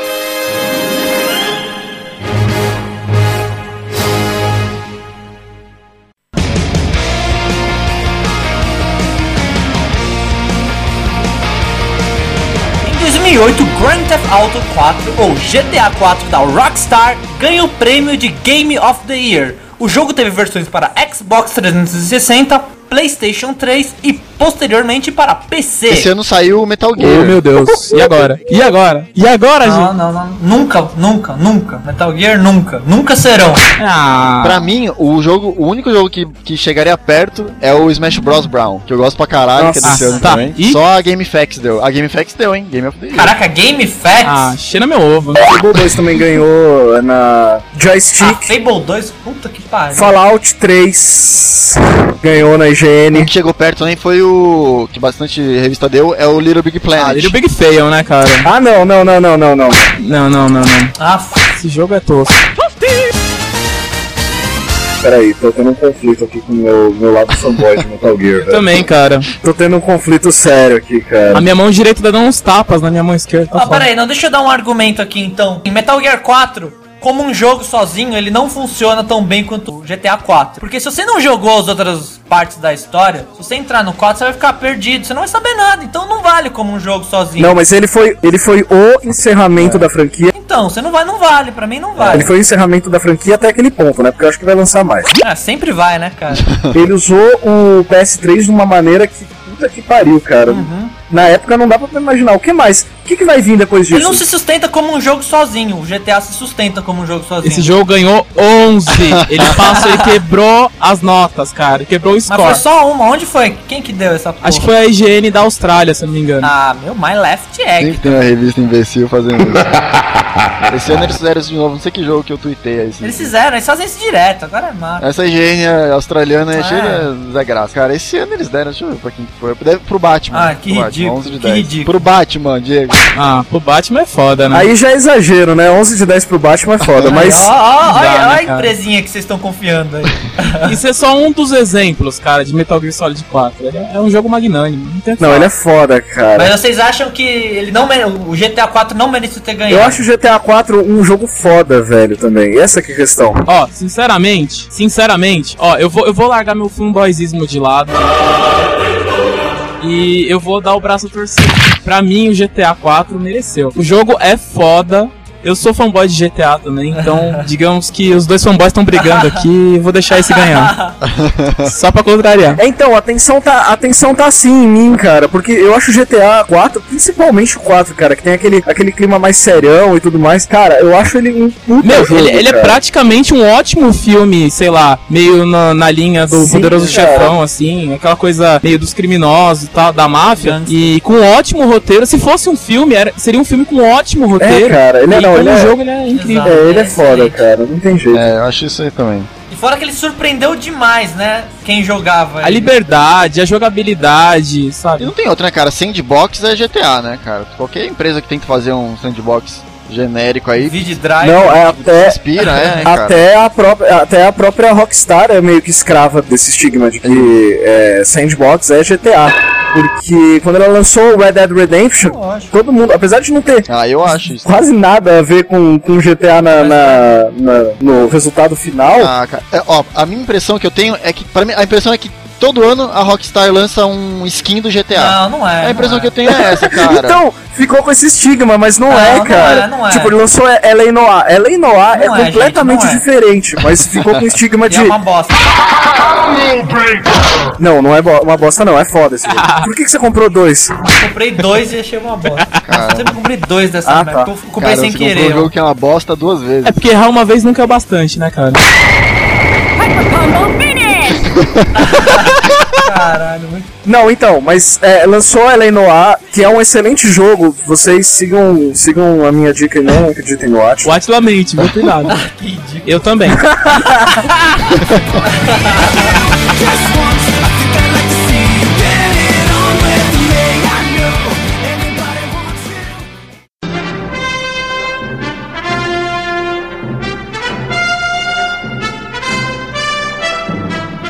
A: Em 2008, Grand Theft Auto 4 ou GTA 4 da Rockstar ganha o prêmio de Game of the Year. O jogo teve versões para Xbox 360, PlayStation 3 e posteriormente para PC.
B: Esse ano saiu o Metal Gear.
D: Oh, meu Deus. E agora? E agora? E
B: é
D: agora,
A: Não,
D: gente?
A: não, não. Nunca, nunca, nunca. Metal Gear nunca. Nunca serão.
D: Ah,
B: Pra mim, o jogo, o único jogo que, que chegaria perto é o Smash Bros. Brown, que eu gosto pra caralho, que é desse
D: Nossa,
B: ano
D: tá.
B: também.
D: E?
B: Só a GameFAQs deu. A GameFAQs deu, hein? Game of the Year.
A: Caraca, Game Facts.
D: ah, cheira meu ovo.
C: Fable 2 também ganhou na
A: Ah,
C: Joystick.
A: Fable 2, puta que pariu.
C: Fallout 3 ganhou na
B: O
C: IGN.
B: que chegou perto também foi o. que bastante revista deu, é o Little Big Planet.
D: Ah, ele é o Big Fail, né, cara?
C: Ah, não, não, não, não, não, não.
D: Não, não, não, não.
A: Ah, f-
D: Esse jogo é tosco.
C: Peraí, tô tendo um conflito aqui com o meu, meu lado fanboy de Metal Gear, velho.
D: Também, cara.
C: Tô tendo um conflito sério aqui, cara.
D: A minha mão direita tá dando uns tapas na minha mão esquerda. Tá
A: ah,
D: foda.
A: peraí, não, deixa eu dar um argumento aqui então. Em Metal Gear 4, como um jogo sozinho, ele não funciona tão bem quanto o GTA 4. Porque se você não jogou as outras partes da história, se você entrar no 4, você vai ficar perdido, você não vai saber nada, então não vale como um jogo sozinho.
C: Não, mas ele foi, ele foi o encerramento da franquia.
A: Então, você não vai, não vale, pra mim não vale.
D: É,
C: Ele foi o encerramento da franquia até aquele ponto, né? Porque eu acho que vai lançar mais.
A: Ah, sempre vai, né, cara?
C: Ele usou o PS3 de uma maneira que. Puta que pariu, cara. Na época não dá pra imaginar. O que mais? O que, que vai vir depois
A: Ele não
C: disso?
A: se sustenta como um jogo sozinho. O GTA se sustenta como um jogo sozinho.
D: Esse jogo ganhou 11. Ele passou, ele quebrou as notas, cara. Ele Quebrou o
A: Mas foi
D: score.
A: só uma. Onde foi? Quem que deu essa porra?
D: Acho que foi a IGN da Austrália, se eu não me engano.
A: Ah, meu, My Left Egg.
B: Sempre tem uma revista imbecil fazendo isso. Esse ano eles fizeram isso de novo, não sei que jogo que eu tuitei aí. assim.
A: Eles fizeram, eles fazem isso direto, agora é mato.
B: Essa higiene australiana é
A: Ah.
B: cheia da graça. Cara, esse ano eles deram, deixa eu ver pra quem que foi. Deve pro Batman.
A: Ah, que
B: pro
A: ridículo,
B: Batman, 11 de
A: que
B: 10.
A: ridículo.
B: Pro Batman, Diego.
D: Ah, pro Batman é foda, né?
C: Aí já é exagero, né? 11 de 10 pro Batman é foda, mas.
A: Ó, ó, ó,
D: Dá, né,
A: olha a
D: cara?
A: empresinha que vocês estão confiando aí.
D: Isso é só um dos exemplos, cara, de Metal Gear Solid 4. Ele é um jogo magnânimo. Não, tem o que
C: Não,
D: falar.
C: ele é foda, cara.
A: Mas vocês acham que ele não mere... o GTA 4 não mereceu ter ganhado?
C: Eu acho o GTA IV um jogo foda, velho, também. Essa que é a questão.
D: Ó, sinceramente, sinceramente, ó, eu vou, eu vou largar meu fanboyzismo de lado. E eu vou dar o braço a torcer. Pra mim, o GTA 4 mereceu. O jogo é foda. Eu sou fanboy de GTA também, então digamos que os dois fanboys estão brigando aqui e vou deixar esse ganhar. Só pra contrariar.
C: É, Então, a tensão, tá, a tensão tá assim em mim, cara, porque eu acho o GTA 4, principalmente o 4, cara, que tem aquele, aquele clima mais serião e tudo mais, cara, eu acho ele um puta
D: Meu,
C: jogo,
D: ele, ele é
C: cara.
D: praticamente um ótimo filme, sei lá, meio na, na linha do
C: Sim,
D: Poderoso
C: cara.
D: Chefão, assim, aquela coisa meio dos criminosos e tal, da máfia,
A: Gangster.
D: e com um ótimo roteiro. Se fosse um filme, era- seria um filme com um ótimo roteiro.
C: cara, ele é-
D: e
C: não,
D: como
C: ele é-
D: jogo ele é incrível.
A: Exato.
C: É, ele é
A: Excelente.
C: foda, cara, não tem jeito.
B: É, eu acho isso aí também.
A: E fora que ele surpreendeu demais, né? Quem jogava.
D: A liberdade, a jogabilidade,
B: E
D: sabe?
B: não tem outra, né, cara? Sandbox é GTA, né, cara? Qualquer empresa que tenta fazer um sandbox genérico aí,
A: Vid Drive.
C: Não, é até,
B: inspira, é, né, cara?
C: até, a própria, até a própria Rockstar é meio que escrava desse estigma de que é, Sandbox é GTA. Porque quando ela lançou o Red Dead Redemption,
F: Lógico.
C: todo mundo, apesar de não ter
B: Ah, eu acho isso.
C: quase nada a ver com, com GTA na,
A: é.
C: na- na- no resultado final,
B: Ah, cara. É, ó, a minha impressão que eu tenho é que. Pra mim, a impressão é que todo ano a Rockstar lança um skin do GTA.
A: Não, não é.
B: a impressão
A: não
B: que
A: é.
B: eu tenho é essa, cara.
C: Então, ficou com esse estigma, mas não,
A: Não,
C: é,
A: não
C: cara.
A: é, não é.
C: Tipo, ele lançou L.A. Noir. L.A. Noir
A: Não é,
C: é
A: gente,
C: completamente
A: não é.
C: diferente, mas ficou com o estigma de...
A: E é uma bosta.
C: Não, não é bo- uma bosta não, é foda esse jogo. Por que, que você comprou dois?
A: Comprei dois e achei uma bosta. Eu sempre comprei dois dessa
C: Ah,
A: merda.
C: tá.
A: Eu comprei
B: cara,
A: sem
B: você comprou
A: querer.
B: um jogo que é uma bosta duas vezes.
D: É porque errar uma vez nunca é bastante, né, cara?
A: Caralho, muito.
C: Não, então, mas é, lançou L.A. Noir, que é um excelente jogo. Vocês sigam, sigam a minha dica e não acreditem no Watch.
D: O Atila mente, viu? Cuidado.
A: Que ridículo.
D: Eu também.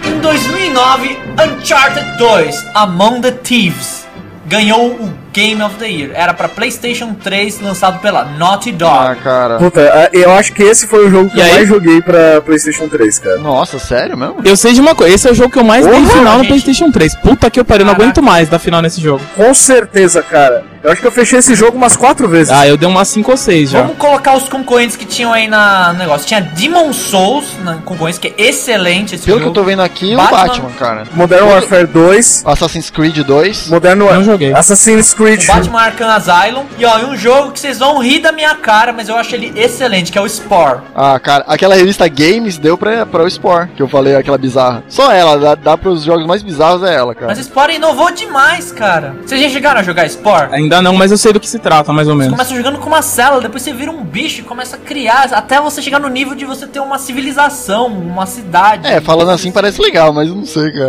A: Em 2009, Uncharted 2 Among the Thieves ganhou o Game of the Year. Era pra PlayStation 3, lançado pela Naughty
B: Ah,
A: Dog.
B: cara.
C: Puta, é, eu acho que esse foi o jogo que
D: E
C: eu
D: aí?
C: mais joguei pra PlayStation 3, cara.
B: Nossa, sério mesmo?
D: Eu sei de uma coisa, esse é o jogo que eu mais dei
C: Porra,
D: final no
A: gente.
D: Playstation 3. Puta que eu pariu, eu não
A: Caraca.
D: aguento mais dar final nesse jogo.
C: Com certeza, cara. Eu acho que eu fechei esse jogo umas quatro vezes.
D: Ah, eu dei umas 5 ou 6 já.
A: Vamos colocar os concorrentes que tinham aí na, no negócio. Tinha Demon Souls na concorrência, que é excelente esse
B: Pelo que eu
A: jogo.
B: tô vendo aqui, é o
A: Batman.
B: Batman, cara.
C: Modern Warfare 2,
B: Assassin's Creed 2.
C: Modern
D: Não joguei.
C: Warfare, Assassin's Creed. um.
A: O Batman Arkham Asylum. E ó, e um jogo que vocês vão rir da minha cara, mas eu acho ele excelente, que é o Spore.
B: Ah, cara, aquela revista Games deu pra, pra o Spore, que eu falei, aquela bizarra. Só ela, dá, dá pros jogos mais bizarros é ela, cara.
A: Mas o Spore inovou demais, cara. Vocês já chegaram a jogar Spore?
D: Ainda não, mas eu sei do que se trata, mais ou
A: Você
D: menos.
C: assim?
A: começa jogando com uma célula, depois você vira um bicho e começa a criar, até você chegar no nível de você ter uma civilização, uma cidade.
B: É, falando assim parece legal, mas não sei, cara.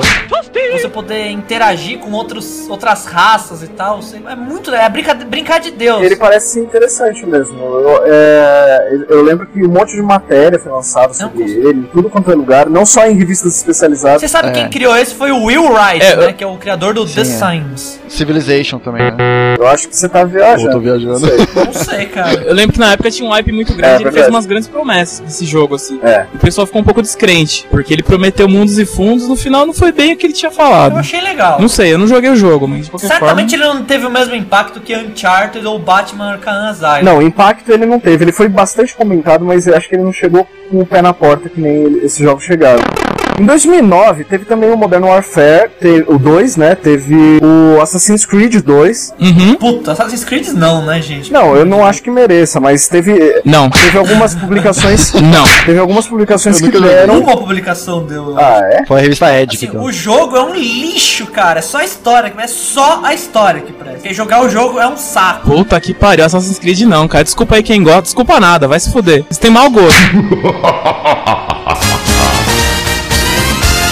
A: Você poder interagir com outros, outras raças e tal. Você- é muito. É brinca, brincar de Deus.
C: Ele parece interessante mesmo. Eu, é, eu lembro que um monte de matéria foi lançada sobre
A: Não,
C: ele, em tudo quanto é lugar, não só em revistas especializadas.
A: Você sabe
B: É.
A: quem criou esse foi o Will Wright,
D: É,
A: né?
D: eu-
A: Que é o criador do The
B: é.
A: Sims.
B: Civilization também, né?
C: Eu acho que você tá
B: Ou eu tô
C: viajando.
B: viajando.
C: Não sei.
A: Não sei, cara.
D: Eu lembro que na época tinha um hype muito grande, ele fez
C: É, verdade.
D: umas grandes promessas desse jogo, assim.
C: É.
D: O pessoal ficou um pouco descrente, porque ele prometeu mundos e fundos, no final não foi bem o que ele tinha
A: Eu
D: falado.
A: achei legal.
D: Não sei, eu não joguei o jogo, mas de qualquer
A: Certamente ele não teve o mesmo impacto que Uncharted ou Batman Arkham Asylum.
C: Não, impacto ele não teve. Ele foi bastante comentado, mas eu acho que ele não chegou com o pé na porta que nem ele- esses jogos chegaram. Em 2009 teve também o Modern Warfare, te- o 2, né? Teve o Assassin's Creed 2.
D: forma... Uhum.
A: Puta, Assassin's Creed não, né, gente?
C: Não, eu não acho que mereça, mas teve,
D: Não,
C: teve algumas publicações.
D: não.
C: Teve algumas publicações
B: Eu
C: que
B: nunca joguei.
C: deram.
A: Uma publicação deu.
C: Ah, é?
B: Foi a revista então. Edge
A: Assim,
B: que deu.
A: o jogo é um lixo, cara. É só a história, que- é só a história que presta. Porque jogar o jogo é um saco.
D: Puta que pariu, Assassin's Creed não, cara. Desculpa aí quem gosta, desculpa nada, vai se fuder. Você tem mau gosto.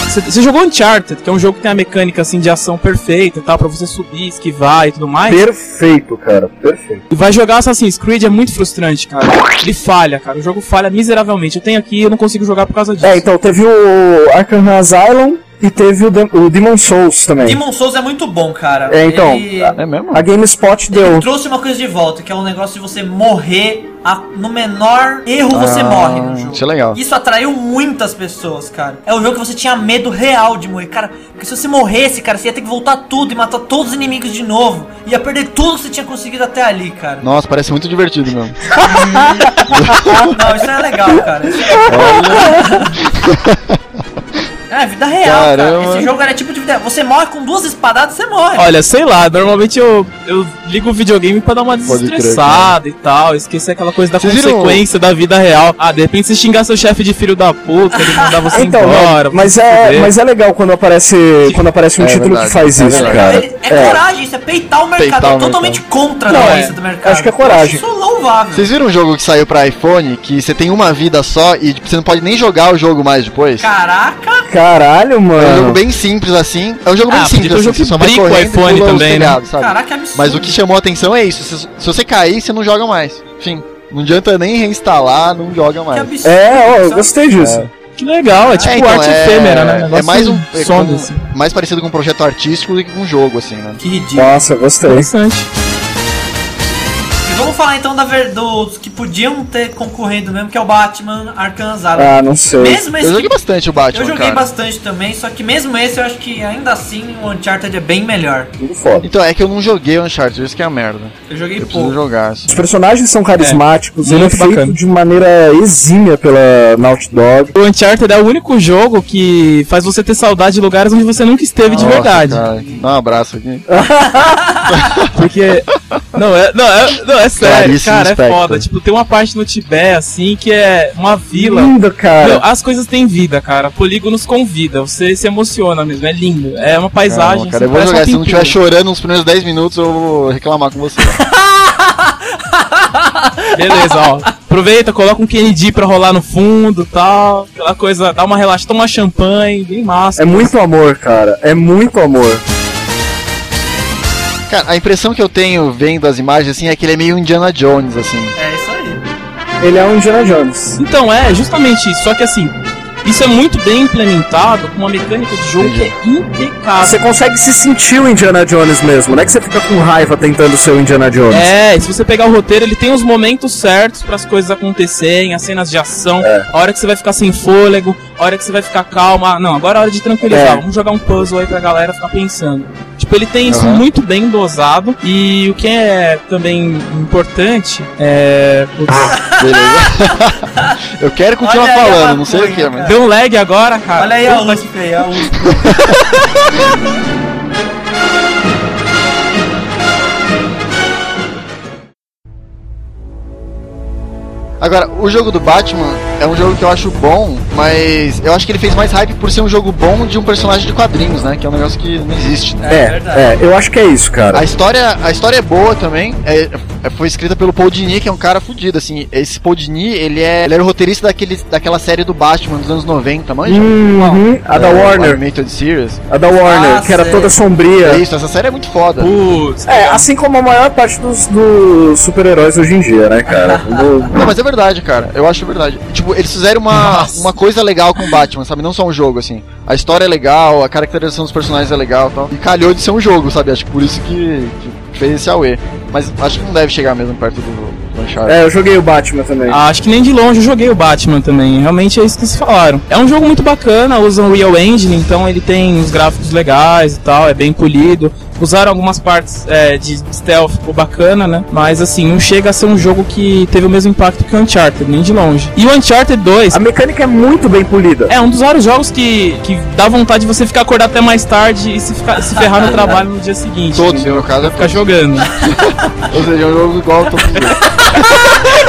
D: Você- Você jogou Uncharted, que é um jogo que tem a mecânica assim de ação perfeita e tal, pra você subir, esquivar e tudo mais.
C: Perfeito, cara. Perfeito.
D: E vai jogar Assassin's Creed é muito frustrante, cara. Ele falha, cara. O jogo falha miseravelmente. Eu tenho aqui e eu não consigo jogar por causa disso.
C: É, então teve o Arkham Asylum e teve o, Dem- o Demon Souls também.
A: Demon Souls é muito bom, cara.
C: É, então,
A: Ele
C: a-
B: É mesmo?
C: A GameSpot deu.
A: trouxe uma coisa de volta, que é um negócio de você morrer. a- No menor erro você
B: Ah,
A: morre no jogo.
B: isso é legal.
A: Isso atraiu muitas pessoas, cara. É um jogo que você tinha medo real de morrer. Cara, porque se você morresse, cara, você ia ter que voltar tudo e matar todos os inimigos de novo. Ia perder tudo que você tinha conseguido até ali, cara.
B: Nossa, parece muito divertido mesmo.
A: Não, isso não é legal, cara. Isso é... é, vida real, cara.
B: Caramba.
A: Esse jogo era tipo de vida. Você morre com duas espadadas, você morre.
D: Olha, sei lá, normalmente eu, eu ligo o videogame pra dar uma
B: Pode crer,
D: desestressada e tal, esquecer aquela coisa da
B: Vocês viram-
D: consequência da vida real. Ah, de repente você xingar seu chefe de filho da puta, ele mandar você
C: Então,
D: embora.
C: mas
D: você
C: é,
D: fuder.
C: mas é legal quando aparece, quando aparece um
B: É
C: título
B: verdade,
C: que faz
B: é
C: isso,
B: verdade.
C: cara.
A: Ele- é, coragem, isso é peitar o mercado.
B: Peitar o
A: é totalmente contra a
C: Não,
A: tendência
D: é.
A: do mercado.
C: Acho que é coragem.
A: Isso é louvável.
B: Vocês viram um jogo que saiu pra iPhone que você tem uma vida só e tipo, você não pode nem jogar o jogo mais depois?
A: Caraca,
C: Caralho,
B: É um jogo
C: mano.
B: bem simples assim. É um jogo
D: Ah,
B: bem
D: podia
B: simples,
D: ter um
B: assim,
D: jogo
B: você
D: que
B: só vai
D: brinca o
B: correndo e
D: iPhone
B: pula os
D: também, né?
B: telhados, sabe?
A: caraca, que absurdo.
B: Mas o que chamou a atenção é isso. Se, se você cair, você não joga mais. Enfim, não adianta nem reinstalar, não joga
A: Que
B: mais.
A: absurdo.
C: É, ó, eu
A: Isso é um-
C: gostei disso.
D: Que legal, é tipo
B: então,
D: arte
B: é-
D: efêmera, né?
B: É
D: Negócio
B: mais um. é
D: some,
B: como-
D: assim.
B: mais parecido com um projeto artístico do que com um jogo, assim, né?
A: Que ridículo.
C: Nossa, gostei.
D: Interessante.
A: E vamos falar então da ver... dos que podiam ter concorrendo mesmo, que é o Batman Arkham Asylum.
C: Ah, não sei.
A: mesmo esse
B: Eu joguei
A: que...
B: bastante o Batman,
A: Eu joguei
B: cara.
A: bastante também, só que mesmo esse eu acho que ainda assim o Uncharted é bem melhor.
C: Tudo foda.
B: Então, é que eu não joguei o Uncharted, isso que é a merda.
A: Eu joguei
B: Eu preciso
A: pouco.
B: jogar, assim.
C: Os personagens são carismáticos, ele é
D: muito
C: feito
D: bacana.
C: de maneira exímia pela Naughty Dog.
D: O Uncharted é o único jogo que faz você ter saudade de lugares onde você nunca esteve de
B: Nossa,
D: verdade.
B: cara, dá um abraço aqui.
D: Porque. Não, é, não, é, não, é sério,
B: Claríssimo
D: cara, é
B: espectro.
D: foda. Tipo, tem uma parte no Tibete, assim, que é uma vila.
B: Hum,
C: Lindo,
D: Meu,
C: cara.
D: as coisas têm vida, cara. Polígonos convida. Você se emociona mesmo. É lindo. É uma paisagem.
B: Calma, cara, eu
D: assim,
B: vou
D: parece uma
B: jogar. Se eu não
D: pintura.
B: estiver chorando nos primeiros 10 minutos, eu vou reclamar com você.
D: Beleza, ó. Aproveita, coloca um Kennedy pra rolar no fundo tal. Aquela coisa, dá uma relaxa, toma champanhe, bem massa.
C: É muito amor, cara. É muito amor.
B: Cara, a impressão que eu tenho vendo as imagens, assim, é que ele é meio Indiana Jones, assim.
A: É isso aí.
C: Ele é um Indiana Jones.
D: Então, é, justamente isso. Só que assim, isso é muito bem implementado com uma mecânica de jogo que é impecável.
C: Ah, Você consegue se sentir o Indiana Jones mesmo, não é que você fica com raiva tentando ser o Indiana Jones.
D: É, e se você pegar o roteiro, ele tem os momentos certos para as coisas acontecerem, as cenas de ação, a hora que você vai ficar sem fôlego, a hora que você vai ficar calma. Ah, Não, agora é hora de tranquilizar,
C: É.
D: vamos jogar um puzzle aí pra galera ficar pensando. Tipo, ele tem isso
B: Aham.
D: muito bem dosado, e o que é também importante é. Putz,
B: Beleza? eu quero continuar
A: Olha aí a
B: falando, não sei o que,
A: maconha,
B: mas.
D: deu um lag agora, cara.
A: Olha aí a USP aí, a USP.
B: Agora, o jogo do Batman é um jogo que eu acho bom, mas eu acho que ele fez mais hype por ser um jogo bom de um personagem de quadrinhos, né? Que é um negócio que não existe, né?
C: É,
A: verdade.
C: é, eu acho que é isso, cara.
B: A história, a história é boa também. É, é- foi escrita pelo Paul Dini, que é um cara fudido, assim. Esse Paul Dini, ele é, ele era o roteirista daquele, daquela série do Batman dos anos 90, manja?
C: Uhum, a da
B: É,
C: Warner,
B: Animated Series.
C: a da Warner,
A: Ah,
C: que era
A: sei.
C: toda sombria.
B: É isso, essa série é muito foda.
D: Putz,
C: É, assim como a maior parte dos, dos super-heróis hoje em dia, né, cara? Do-
A: Uhum.
B: Não, mas é verdade, cara. Eu acho verdade. Tipo, eles fizeram uma,
D: Nossa.
B: uma coisa legal com o Batman, sabe? Não só um jogo, assim. A história é legal, a caracterização dos personagens é legal e tal. E calhou de ser um jogo, sabe? Acho que por isso que, que fez esse AUE. Mas acho que não deve chegar mesmo perto do, do Uncharted.
C: É, eu joguei o Batman também.
A: Ah,
D: Ah, Acho que nem de longe eu joguei o Batman também. Realmente é isso que eles falaram. É um jogo muito bacana, usa o Real Engine, então ele tem os gráficos legais e tal, é bem polido. Usaram algumas partes é, de stealth, ficou bacana, né? Mas assim, não chega a ser um jogo que teve o mesmo impacto que o Uncharted, nem de longe. E o Uncharted 2
C: A mecânica é muito bem polida.
D: é um dos vários jogos que, que dá vontade de você ficar acordado até mais tarde e se, ficar- se ferrar no trabalho no dia seguinte.
B: Todos,
D: entendeu?
B: no caso, é
D: Ficar jogando.
B: Ou seja, é um jogo igual a todos os outros.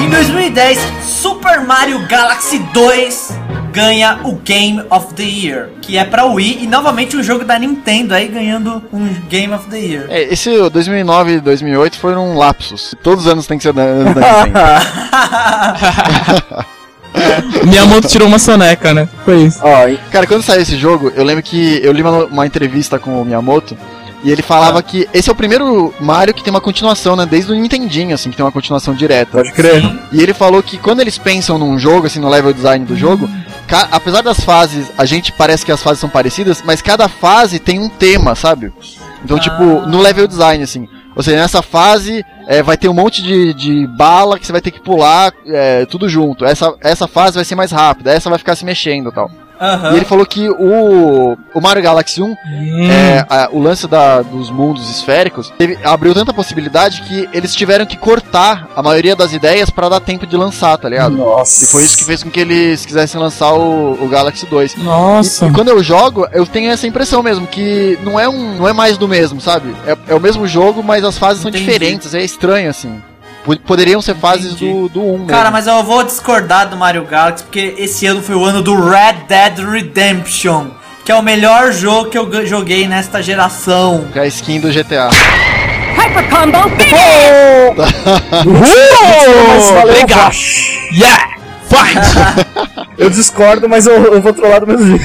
A: Em 2010, Super Mario Galaxy 2 ganha o Game of the Year, que é pra Wii e novamente um jogo da Nintendo aí ganhando um Game of the Year.
B: É, esse 2009 e 2008 foram lapsos. Todos os anos tem que ser da, anos da Nintendo.
D: Miyamoto tirou uma soneca, né? Foi isso.
C: Ó, e-
B: Cara, quando saiu esse jogo, eu lembro que eu li uma, uma entrevista com o Miyamoto e ele falava que esse é o primeiro Mario que tem uma continuação, né? Desde o Nintendinho, assim, que tem uma continuação direta.
C: pode crer.
B: E ele falou que quando eles pensam num jogo, assim, no level design do jogo, ca- apesar das fases, a gente parece que as fases são parecidas, mas cada fase tem um tema, sabe? Então, tipo, no level design, assim. Ou seja, nessa fase é, vai ter um monte de, de bala que você vai ter que pular é, tudo junto. Essa, essa fase vai ser mais rápida, essa vai ficar se mexendo e tal.
A: Aham.
B: E ele falou que o, o Mario Galaxy 1,
D: Hum.
B: é, a- o lance da- dos mundos esféricos, teve- abriu tanta possibilidade que eles tiveram que cortar a maioria das ideias pra dar tempo de lançar, tá ligado?
C: Nossa.
B: E foi isso que fez com que eles quisessem lançar o, o Galaxy 2.
D: Nossa.
B: E, e quando eu jogo, eu tenho essa impressão mesmo, que não é, um, não é mais do mesmo, sabe? É, é o mesmo jogo, mas as fases são
A: Entendi.
B: diferentes, é estranho, assim. Po- Poderiam ser fases
A: Entendi.
B: do, do 1
A: Cara,
B: mesmo.
A: mas eu vou discordar do Mario Galaxy porque esse ano foi o ano do Red Dead Redemption, que é o melhor jogo que eu ga- joguei nesta geração.
B: Que é a skin do GTA.
E: Hyper Combo
C: Mas valeu,
D: Legal.
C: Vash.
D: Yeah! Fight!
C: Eu discordo, mas eu, eu vou trollar do mesmo jeito.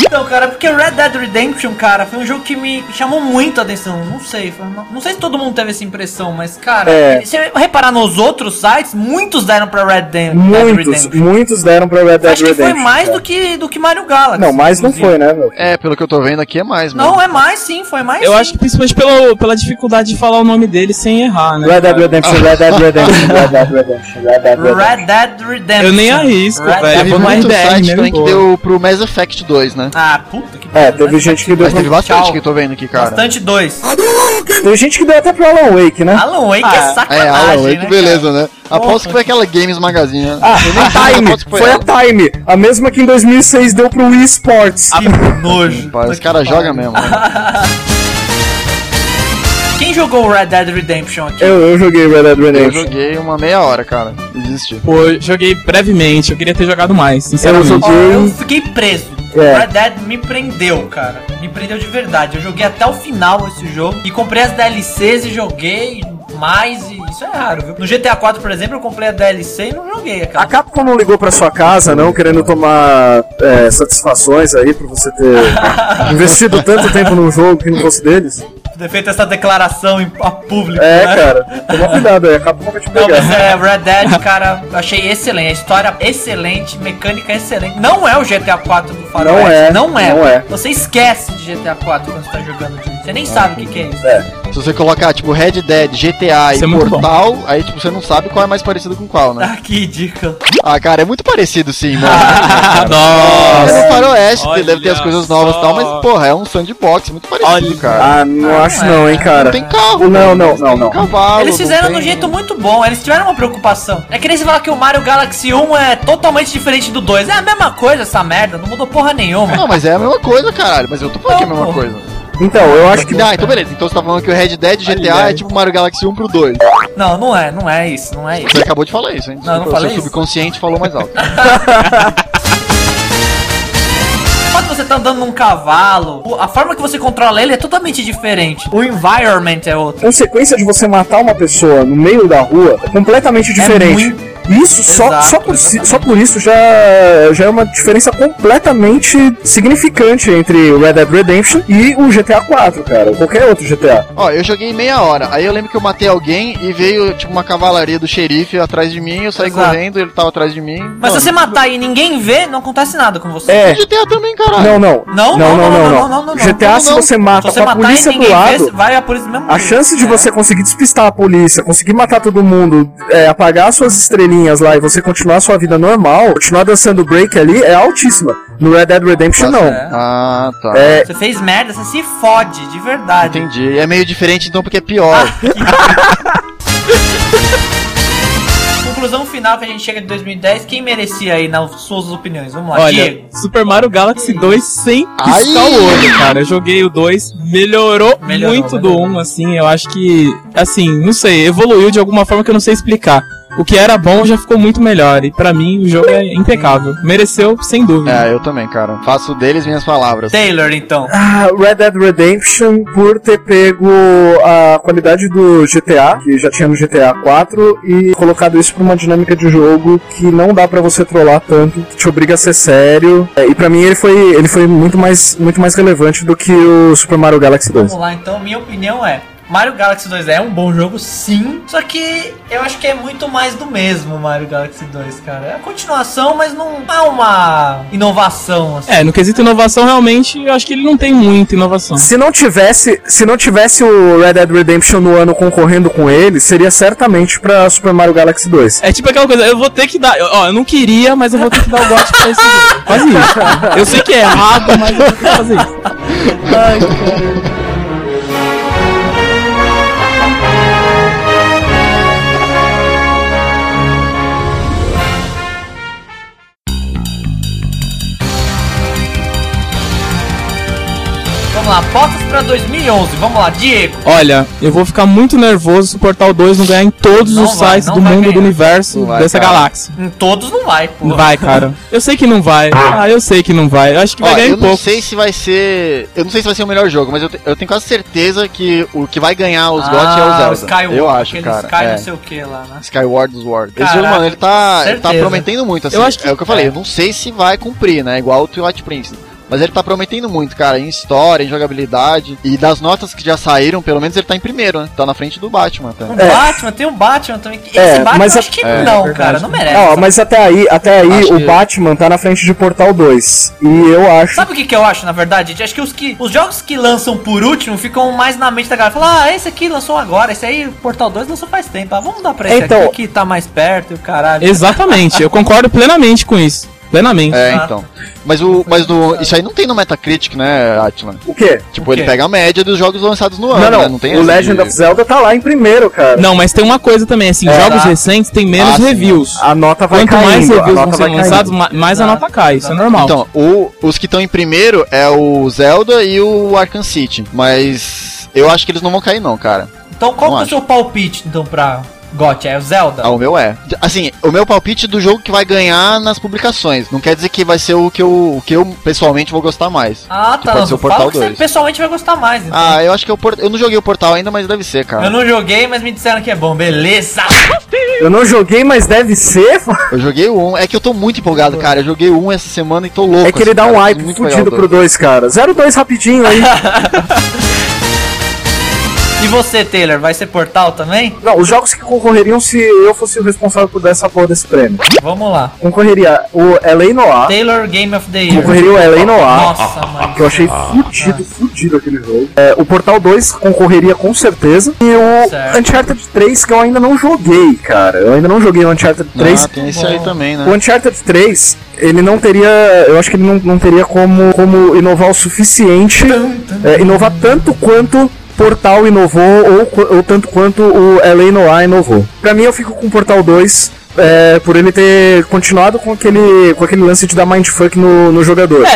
A: Então, cara, porque Red Dead Redemption, cara, foi um jogo que me chamou muito a atenção. Não sei, foi uma- não sei se todo mundo teve essa impressão, mas, cara,
C: É.
A: se eu reparar nos outros sites, muitos deram pra Red Dead, Dead
C: Muitos,
A: Redemption.
C: muitos deram pra Red Dead
A: Acho que foi
C: Redemption.
A: mais
C: cara.
A: do que, do que Mario Galaxy.
C: Não, mais não
A: inclusive.
C: foi, né, meu?
B: É, pelo que eu tô vendo aqui é mais, mano.
A: Não, é mais sim, foi mais
D: Eu
A: sim.
D: acho que principalmente pelo, pela dificuldade de falar o nome dele sem errar, né?
C: Red Dead
D: cara?
C: Redemption, Red Dead Redemption, Red Dead Redemption, Red Dead Redemption.
A: Red Dead Redemption.
D: Eu nem arrisco,
A: Red
D: velho.
A: Dead-
B: Teve
D: vou no
B: muito
A: é
D: RDR
B: site
D: mesmo,
A: né?
B: também que
D: boa.
B: deu pro Mass Effect 2, né?
A: Ah, puta que
C: É,
A: pariu,
C: teve
A: mas-
C: gente que deu
B: Mas
C: pra...
B: teve bastante
A: Tchau.
B: que eu tô vendo aqui, cara.
A: Bastante dois.
C: Teve gente que deu até pro Alan Wake, né?
A: Alan Wake é
D: Ah,
A: sacanagem,
B: É, Alan Wake,
A: né,
B: beleza, né? Aposto
A: Porra.
B: que foi aquela Games Magazine, né?
C: Ah,
B: Eu nem
C: a
B: sei,
C: Time,
B: aposto que
C: foi a
B: ela.
C: Time, a mesma que em 2006 deu pro Wii Sports.
A: cara? Que nojo.
B: Pá, Os caras jogam mesmo. né?
A: Quem jogou o Red Dead Redemption aqui?
C: Eu, eu joguei Red Dead
B: Eu
C: Redemption.
B: joguei uma meia hora, cara. Existe.
D: Pô, eu joguei brevemente, eu queria ter jogado mais, sinceramente.
C: Eu
A: Ó,
C: joguei-
A: eu fiquei preso.
C: É.
A: Red Dead me prendeu, cara. Me prendeu de verdade. Eu joguei até o final esse jogo. E comprei as DLCs e joguei mais. E isso é raro, viu? No GTA 4, por exemplo, eu comprei a DLC e não joguei,
C: A
A: cara.
C: Capcom não ligou pra sua casa, não, querendo tomar é, satisfações aí por você ter investido tanto tempo num jogo que não fosse deles?
A: Ter feito essa declaração em, a público.
C: Ah. É,
A: né?
C: cara, toma cuidado aí, a Capcom vai te
A: Não, mas
C: pegar.
A: é, Red Dead, cara, eu achei excelente. A história excelente, mecânica excelente. Não é o GTA 4 do Faroeste.
C: Não é,
A: Não é.
C: não é.
A: Você esquece de GTA 4 quando você tá jogando. Tipo, você nem sabe o que, que é isso.
C: É.
B: Se você colocar, tipo, Red Dead, GTA
D: Isso é
B: e
D: muito
B: Portal, aí, tipo, você não sabe qual é mais parecido com qual, né?
A: Ah, que dica.
B: Ah, cara, é muito parecido, sim, mano.
D: Ah,
B: É
D: Nossa!
B: no faroeste,
D: Olha
B: deve ter as coisas novas e tal,
D: só.
B: mas, porra, é um sandbox muito parecido,
D: Olha.
B: cara.
C: Ah, não acho não, hein,
B: não
C: cara.
B: tem carro,
C: Não, não, não,
B: tem
C: não.
B: cavalo.
A: Eles fizeram
B: não
A: de um
B: tem-
A: jeito muito bom, eles tiveram uma preocupação. É que nem se falar que o Mario Galaxy 1 é totalmente diferente do 2. É a mesma coisa essa merda, não mudou porra nenhuma.
B: Não, mas é a mesma coisa, caralho. Mas eu tô falando que é a
A: Não,
B: mesma
A: porra.
B: coisa.
C: Então, eu acho que.
B: Ah, então beleza. Então você tá falando que o Red Dead GTA é tipo Mario Galaxy 1 pro 2.
A: Não, não é, não é isso, não é isso.
B: Você acabou de falar isso, hein?
A: Não, eu não
B: Desculpa,
A: falei
B: Seu
A: isso.
B: subconsciente falou mais alto.
A: Quando você tá andando num cavalo, o- a forma que você controla ele é totalmente diferente. O environment é outro.
C: A consequência de você matar uma pessoa no meio da rua é completamente diferente. Isso só,
A: É Exato,
C: só, por, si-
A: exatamente.
C: só por isso já, já é uma diferença completamente significante entre o Red Dead Redemption e o GTA 4, cara. Qualquer outro GTA.
B: Ó, eu joguei meia hora. Aí eu lembro que eu matei alguém e veio, tipo, uma cavalaria do xerife atrás de mim. Eu saí
A: Exato.
B: correndo, ele tava atrás de mim.
A: Mas se você matar e ninguém vê, não acontece nada com você.
C: É.
B: GTA também, caralho.
C: Não, não.
A: Não, não, não, não, não, não, não,
C: GTA,
B: não,
C: se
B: não.
C: você
A: Se
C: mata
A: você
C: com a
A: matar e
C: polícia do
A: ninguém vê,
C: lado.
A: vai a polícia do mesmo
C: A
A: jeito.
C: chance de
A: É.
C: você conseguir despistar a polícia, conseguir matar todo mundo, é, apagar suas estrelinhas lá e você continuar sua vida normal, continuar dançando break ali, é altíssima. No Red Dead Redemption, não.
A: é.
B: Ah, tá.
C: É,
A: Você fez merda, você se fode, de verdade.
B: Entendi. É meio diferente então porque é pior.
A: Conclusão final que a gente chega de 2010, quem merecia aí nas suas opiniões? Vamos lá,
D: Olha,
A: Diego.
D: Super Mario Galaxy 2 sem
B: Ai!
D: piscar o olho, cara. Eu joguei o 2, melhorou,
A: Melhorou,
D: muito do
A: melhorou.
D: 1, assim. Eu acho que, assim, não sei, evoluiu de alguma forma que eu não sei explicar. O que era bom já ficou muito melhor. E pra mim, o jogo é impecável. Mereceu, sem dúvida.
B: É, eu também, cara. Faço deles minhas palavras.
A: Taylor, então.
C: Ah, Red Dead Redemption por ter pego a qualidade do GTA, que já tinha no GTA 4, e colocado isso pra uma dinâmica de jogo que não dá pra você trollar tanto, que te obriga a ser sério. É, e pra mim ele foi, ele foi muito, mais, muito mais relevante do que o Super Mario Galaxy 2.
A: Vamos lá, então, minha opinião é. Mario Galaxy 2 é um bom jogo, sim. Só que eu acho que é muito mais do mesmo Mario Galaxy 2, cara. É a continuação, mas não é uma inovação, assim.
D: É, no quesito inovação, realmente, eu acho que ele não tem muita inovação.
C: Se não tivesse, se não tivesse o Red Dead Redemption no ano concorrendo com ele, seria certamente pra Super Mario Galaxy 2.
D: É tipo aquela coisa, eu vou ter que dar. Ó, eu não queria, mas eu vou ter que dar o gote pra esse jogo. Quase isso. Eu sei que é errado, mas eu vou ter que fazer isso.
A: Vamos Vamos lá, apostas pra 2011. Vamos lá, Diego.
D: Olha, eu vou ficar muito nervoso se o Portal 2 não ganhar em todos
A: Não
D: os
A: vai,
D: sites
A: não
D: do
A: vai
D: mundo, do
A: ganhar.
D: universo,
B: Não vai,
D: dessa
B: cara.
D: galáxia.
A: Em todos não vai, pô.
D: Não vai, cara. Eu sei que não vai. Ah, eu sei que não vai. Eu acho que vai
B: Ó,
D: ganhar
B: eu
D: em
B: não
D: pouco.
B: sei se vai ser. Eu não sei se vai ser o melhor jogo, mas eu, te- eu tenho quase certeza que o que vai ganhar os GOT é o Zelda.
A: Skyward,
B: eu acho,
A: aquele
B: cara.
A: Ah, Sky
B: é.
A: não sei o que lá, né?
B: Skyward Sword. Esse
A: Caraca,
B: jogo, mano, ele tá, ele tá
A: certeza.
B: prometendo muito, assim.
D: Eu acho que-
B: é o que eu falei, eu não sei se vai cumprir, né? Igual o Twilight Prince. Mas ele tá prometendo muito, cara, em história, em jogabilidade. E das notas que já saíram, pelo menos ele tá em primeiro, né? Tá na frente do Batman até.
A: Um
C: É.
A: Batman, tem um Batman também. Esse
C: É,
A: Batman
C: mas
A: eu
C: a-
A: acho que
B: é,
A: não,
D: verdade.
A: cara, não merece.
C: Ah, ó, mas até aí, até aí
B: Acho
C: o
B: que-
C: Batman tá na frente de Portal 2. E eu acho.
A: Sabe o que, que eu acho, na verdade? Acho que os, que os jogos que lançam por último ficam mais na mente da galera. Fala, ah, esse aqui lançou agora, esse aí, Portal 2 lançou faz tempo. Ah, vamos dar pra esse
C: Então-
A: aqui que tá mais perto e o caralho.
D: Exatamente, eu concordo plenamente com isso. Plenamente.
B: É,
A: Exato.
B: então. Mas o. Mas do, isso aí não tem no Metacritic, né, Atlan?
C: O quê?
B: Tipo,
A: O
B: ele
A: quê?
B: pega a média dos jogos lançados no ano,
C: Não,
B: né?
C: não.
B: tem
C: o
B: essa
C: Legend
B: de-
C: of Zelda tá lá em primeiro, cara.
D: Não, mas tem uma coisa também, assim,
C: É,
D: jogos
A: tá.
D: recentes têm menos
B: Ah, sim.
D: reviews.
C: A nota vai
D: Quanto
C: caindo.
D: mais
C: a
D: reviews
C: nota
D: vão ser
C: vai caindo.
D: lançados, ma- mais a
A: Exato,
D: nota cai. Isso é
A: exato.
D: normal.
B: Então, o- os que estão em primeiro é o Zelda e o Arkham City. Mas eu acho que eles não vão cair, não, cara.
A: Então qual
B: Não
A: que é o
B: acho.
A: seu palpite, então, pra GOT? É o Zelda?
B: Ah, o meu é. Assim, o meu palpite do jogo que vai ganhar nas publicações. Não quer dizer que vai ser o que eu, o que eu pessoalmente vou gostar mais.
A: Ah,
B: Que
A: tá.
B: pode ser o
A: Fala
B: Portal
A: que você
B: 2.
A: pessoalmente vai gostar mais. então.
B: Ah, eu acho que eu, por... eu não joguei o portal ainda, mas deve ser,
A: Eu
B: cara.
A: não joguei, mas me disseram que é bom. Beleza!
C: Eu não joguei, mas deve ser.
B: Eu joguei o 1. É que eu tô muito empolgado, cara. Eu joguei o 1 essa semana e tô louco.
C: É que ele dá um hype
B: muito
C: fudido pro 2, cara. 0-2 rapidinho aí.
A: E você, Taylor, vai ser Portal também?
C: não, os jogos que concorreriam se eu fosse o responsável por dar essa porra desse prêmio.
A: Vamos lá.
C: Concorreria o LA Noir.
A: Taylor Game of the Year.
C: Concorreria o LA Noir.
A: Nossa, mano.
C: Que eu achei
B: Ah.
C: fudido, fudido aquele jogo. É, o Portal 2 concorreria com certeza. E o
A: Certo.
C: Uncharted 3, que eu ainda não joguei, cara. Eu ainda não joguei o Uncharted 3.
B: Ah, tem esse aí também, né?
C: O Uncharted 3, ele não teria. Eu acho que ele não, não teria como, como inovar o suficiente. é, inovar tanto quanto Portal inovou, ou, qu- ou tanto quanto o LA Noir inovou. Pra mim, eu fico com o Portal 2. é, por ele ter continuado com aquele, com aquele lance de dar mindfuck no, no jogador.
D: É,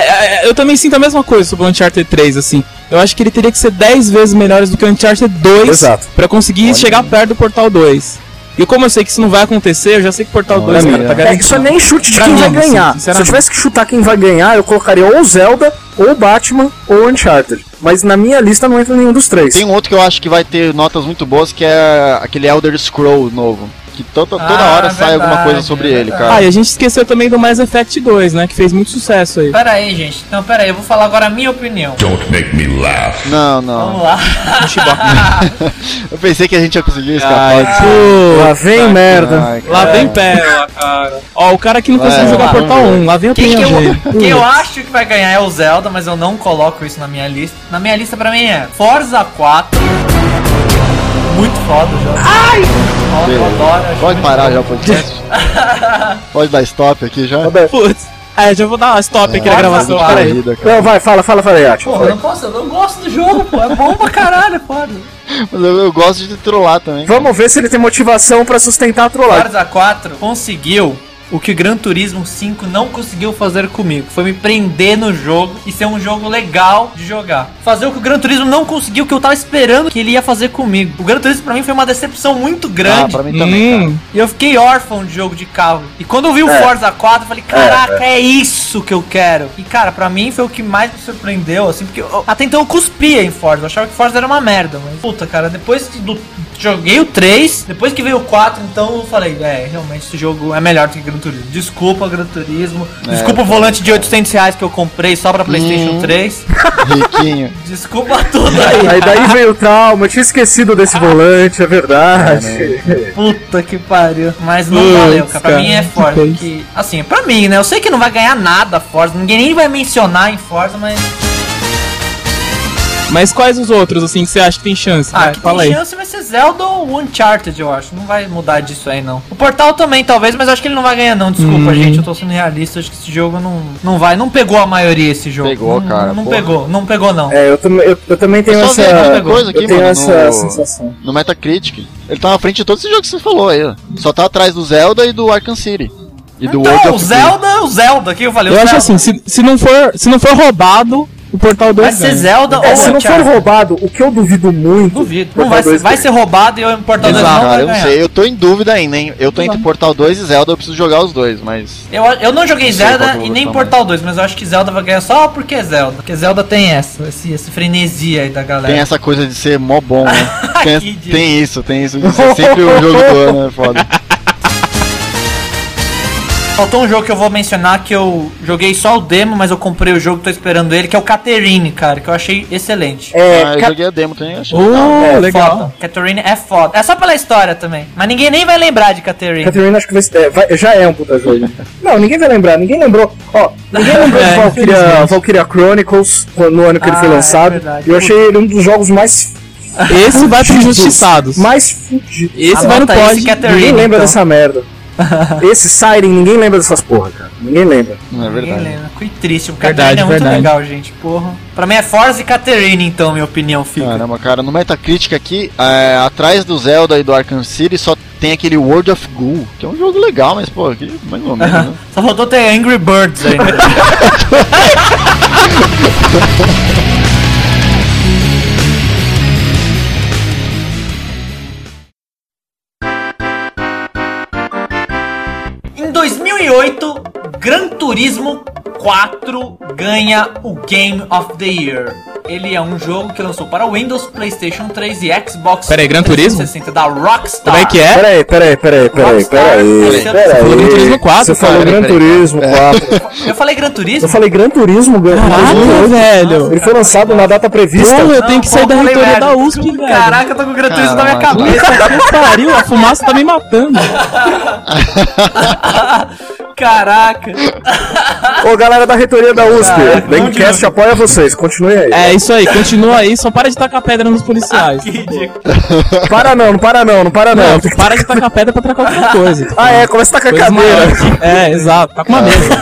D: é, eu também sinto a mesma coisa sobre o Uncharted 3, assim. Eu acho que ele teria que ser 10 vezes melhores do que o Uncharted 2
C: Exato.
D: pra conseguir chegar perto do Portal 2. E como eu sei que isso não vai acontecer, eu já sei que o Portal 2,
B: Olha,
D: cara, tá
B: é.
C: É,
D: garantido.
C: isso é nem chute de
D: Pra
C: quem
D: mim,
C: vai
D: assim,
C: ganhar. Se eu
D: sinceramente.
C: tivesse que chutar quem vai ganhar, eu colocaria ou Zelda, ou Batman, ou Uncharted. Mas na minha lista não entra nenhum dos três.
B: Tem um outro que eu acho que vai ter notas muito boas, que é aquele Elder Scroll novo. Que to- to- toda
A: Ah,
B: hora sai
A: verdade, é
B: alguma coisa sobre ele,
A: verdade.
B: cara.
D: Ah, e a gente esqueceu também do Mass Effect 2, né? Que fez muito sucesso aí.
A: Pera aí, gente. Então, pera aí. Eu vou falar agora a minha opinião.
F: Don't make me laugh.
B: Não, não.
A: Vamos lá.
B: Eu pensei que a gente ia conseguir escapar.
D: Ai,
B: disso.
D: pô,
C: Lá vem merda.
B: Ai,
D: lá
B: cara.
D: vem pérola, cara. Ó, o cara que não
B: Vai,
D: conseguiu jogar
A: vamos
D: Portal
B: ver.
D: 1, lá vem a
A: Quem
C: é
A: que
D: opinião dele.
A: eu, quem eu acho que vai ganhar é o Zelda, mas eu não coloco isso na minha lista. Na minha lista pra mim é Forza 4. Muito foda o jogo. Ai! Foda, eu adoro. acho
B: Pode
A: muito
B: parar
A: bom.
B: já o podcast? Pode dar stop aqui já?
D: Putz. É, já vou dar stop aqui na
A: Forza
D: gravação.
A: quatro.
D: Peraí.
B: Corrida, cara.
C: Não, vai, fala, fala, fala aí, Yacht.
A: Pô, eu não posso, eu não gosto do jogo, pô. É bom pra caralho, foda.
B: Mas eu, eu gosto de trollar também.
C: Vamos ver se ele tem motivação pra sustentar a trollagem.
A: Forza 4 conseguiu o que Gran Turismo 5 não conseguiu fazer comigo. Foi me prender no jogo e ser um jogo legal de jogar. Fazer o que o Gran Turismo não conseguiu, que eu tava esperando que ele ia fazer comigo. O Gran Turismo pra mim foi uma decepção muito
B: Ah,
A: grande.
B: pra mim também, cara.
D: Hum,
A: E eu fiquei órfão de jogo de carro. E quando eu vi o
C: É.
A: Forza 4, eu falei, caraca, é. isso que eu quero. E cara, pra mim foi o que mais me surpreendeu, assim, porque eu- até então eu cuspia em Forza. Eu achava que Forza era uma merda, mas puta, cara, depois que do, joguei o 3, depois que veio o 4, então eu falei, é, realmente esse jogo é melhor do que Gran Turismo. Desculpa, Gran Turismo. Desculpa o volante de 800 reais que eu comprei só pra PlayStation
B: Hum.
A: 3.
B: Riquinho.
A: Desculpa tudo aí.
C: Aí daí veio o trauma, eu tinha esquecido desse volante, é verdade.
A: Puta que pariu. Mas não
D: Putz,
A: valeu, cara. Pra
D: cara,
A: mim é
D: que
A: Forza.
D: coisa.
A: Que, assim, pra mim, né? Eu sei que não vai ganhar nada Forza. Ninguém nem vai mencionar em Forza, mas.
D: Mas quais os outros, assim, que você acha que tem chance?
A: Ah,
D: Vai,
A: que
D: Fala
A: tem
D: aí.
A: chance vai ser Zelda ou Uncharted, eu acho. Não vai mudar disso aí, não. O Portal também, talvez, mas acho que ele não vai ganhar, não. Desculpa,
D: Hum.
A: gente. Eu tô sendo realista. Acho que esse jogo não, não vai. Não pegou a maioria esse jogo.
B: Pegou,
A: Não-
B: cara,
A: Não
B: porra.
A: pegou, não pegou, não.
C: É, eu, tam- eu- eu também tenho
B: Eu só
C: essa.
B: vi alguma coisa aqui,
C: eu tenho
B: mano,
C: essa
B: no-
C: sensação.
B: No Metacritic. Ele tá na frente de todos esses jogos que você falou aí. ó. Só tá atrás do Zelda e do Arkham City. E do
A: então,
B: World
A: o
B: of Zelda...
A: Zelda, o Zelda, que eu falei. o
D: Eu acho
A: Zelda.
D: assim, se, se, não for, se não for roubado, o Portal 2
A: Vai ser
D: ganha.
A: Zelda
C: É,
A: ou
C: se não for
A: Uncharted.
C: roubado, o que eu duvido muito.
A: Duvido. Não
C: Portal
A: vai, ser-
C: 2
A: vai
C: ganha.
A: ser roubado e o Portal 2 Então, não
D: Exato,
B: Cara,
A: vai
B: eu não
A: ganhar. Tá
B: sei, eu tô em dúvida ainda, hein? Eu tô entre Portal 2 e Zelda, eu preciso jogar os dois, mas.
A: Eu, eu não joguei
B: Não sei qual
A: Zelda
B: que eu vou
A: e nem
B: botar
A: Portal 2, mas eu acho que Zelda vai ganhar só porque é Zelda. Porque Zelda tem essa, esse, esse frenesi aí da galera.
B: Tem essa coisa de ser mó bom, né? Tem,
A: Tá. Que idiota.
B: tem isso, tem isso. de ser sempre o jogo do ano, é foda.
A: Faltou um jogo que eu vou mencionar que eu joguei só o demo, mas eu comprei o jogo, tô esperando ele, que é o Catherine, cara, que eu achei excelente.
C: É,
B: Ah, eu
C: ca-
B: joguei a demo também, achei.
A: Uh,
D: Oh,
C: É,
D: legal.
A: Foda. Catherine é foda. É só pela história também. Mas ninguém nem vai lembrar de Catherine.
C: Catherine acho que vai, é, vai- já é um puta jogo. não, ninguém vai lembrar, ninguém lembrou. Ó, ninguém lembrou
D: É,
C: de Valkyria, Valkyria Chronicles quando- no ano que ele foi
A: Ah, é
C: lançado.
A: verdade.
C: eu achei ele um dos jogos mais.
D: Esse vai pros injustiçados.
C: mais fudidos.
D: Esse vai no
A: Anota esse
D: pod.
A: Catherine.
C: Ninguém lembra
A: então.
C: dessa merda. Esse Siren, ninguém lembra dessas porra, cara. Ninguém lembra.
B: Não é
A: Ninguém
B: verdade.
A: lembra. Fiquei triste, o
D: Verdade,
A: Catherine é muito
D: verdade.
A: legal, gente. Porra. Pra mim é Forza e Catherine, então, minha opinião fica.
B: Caramba, cara, no Metacritic aqui, é, atrás do Zelda e do Arkham City, só tem aquele World of Ghoul, que é um jogo legal, mas pô, que mais ou menos, né?
A: Só faltou ter Angry Birds aí. né? em 2008, Gran Turismo 4 ganha o Game of the Year. Ele é um jogo que lançou para Windows, PlayStation 3 e Xbox
D: Peraí, Gran Turismo?
A: 360 da Rockstar.
D: Como é que é?
C: Peraí, peraí, peraí, peraí,
A: Rockstar,
C: peraí.
A: você
C: peraí.
D: falou Gran Turismo 4,
C: Você falou
D: cara,
C: Gran
B: peraí, peraí.
C: Turismo 4.
A: Eu falei Gran Turismo?
C: Eu falei Gran Turismo, Gran
D: Caraca,
C: Turismo.
D: velho.
C: Ele foi lançado na data prevista.
D: Porra, eu
A: Não,
D: tenho que
A: pô,
D: sair da
A: falei
D: reitoria
A: merda.
D: da USP, velho.
A: Caraca, eu tô com o Gran Turismo na minha
B: Caraca.
A: cabeça.
D: Que pariu, a fumaça tá me matando.
A: Caraca.
C: Ô, galera da reitoria da USP,
A: Caraca, vamos de
C: Gamecast apoia vocês, continue aí.
D: É isso aí, continua aí, só para de tacar pedra nos policiais.
A: Que ridículo.
C: Para não, não para não, não para não.
D: Não, para de tacar pedra pra tacar outra coisa.
C: Ah, é, começa a tacar
D: Coisa
C: cadeira.
D: maior. É, exato, tá com uma mesa.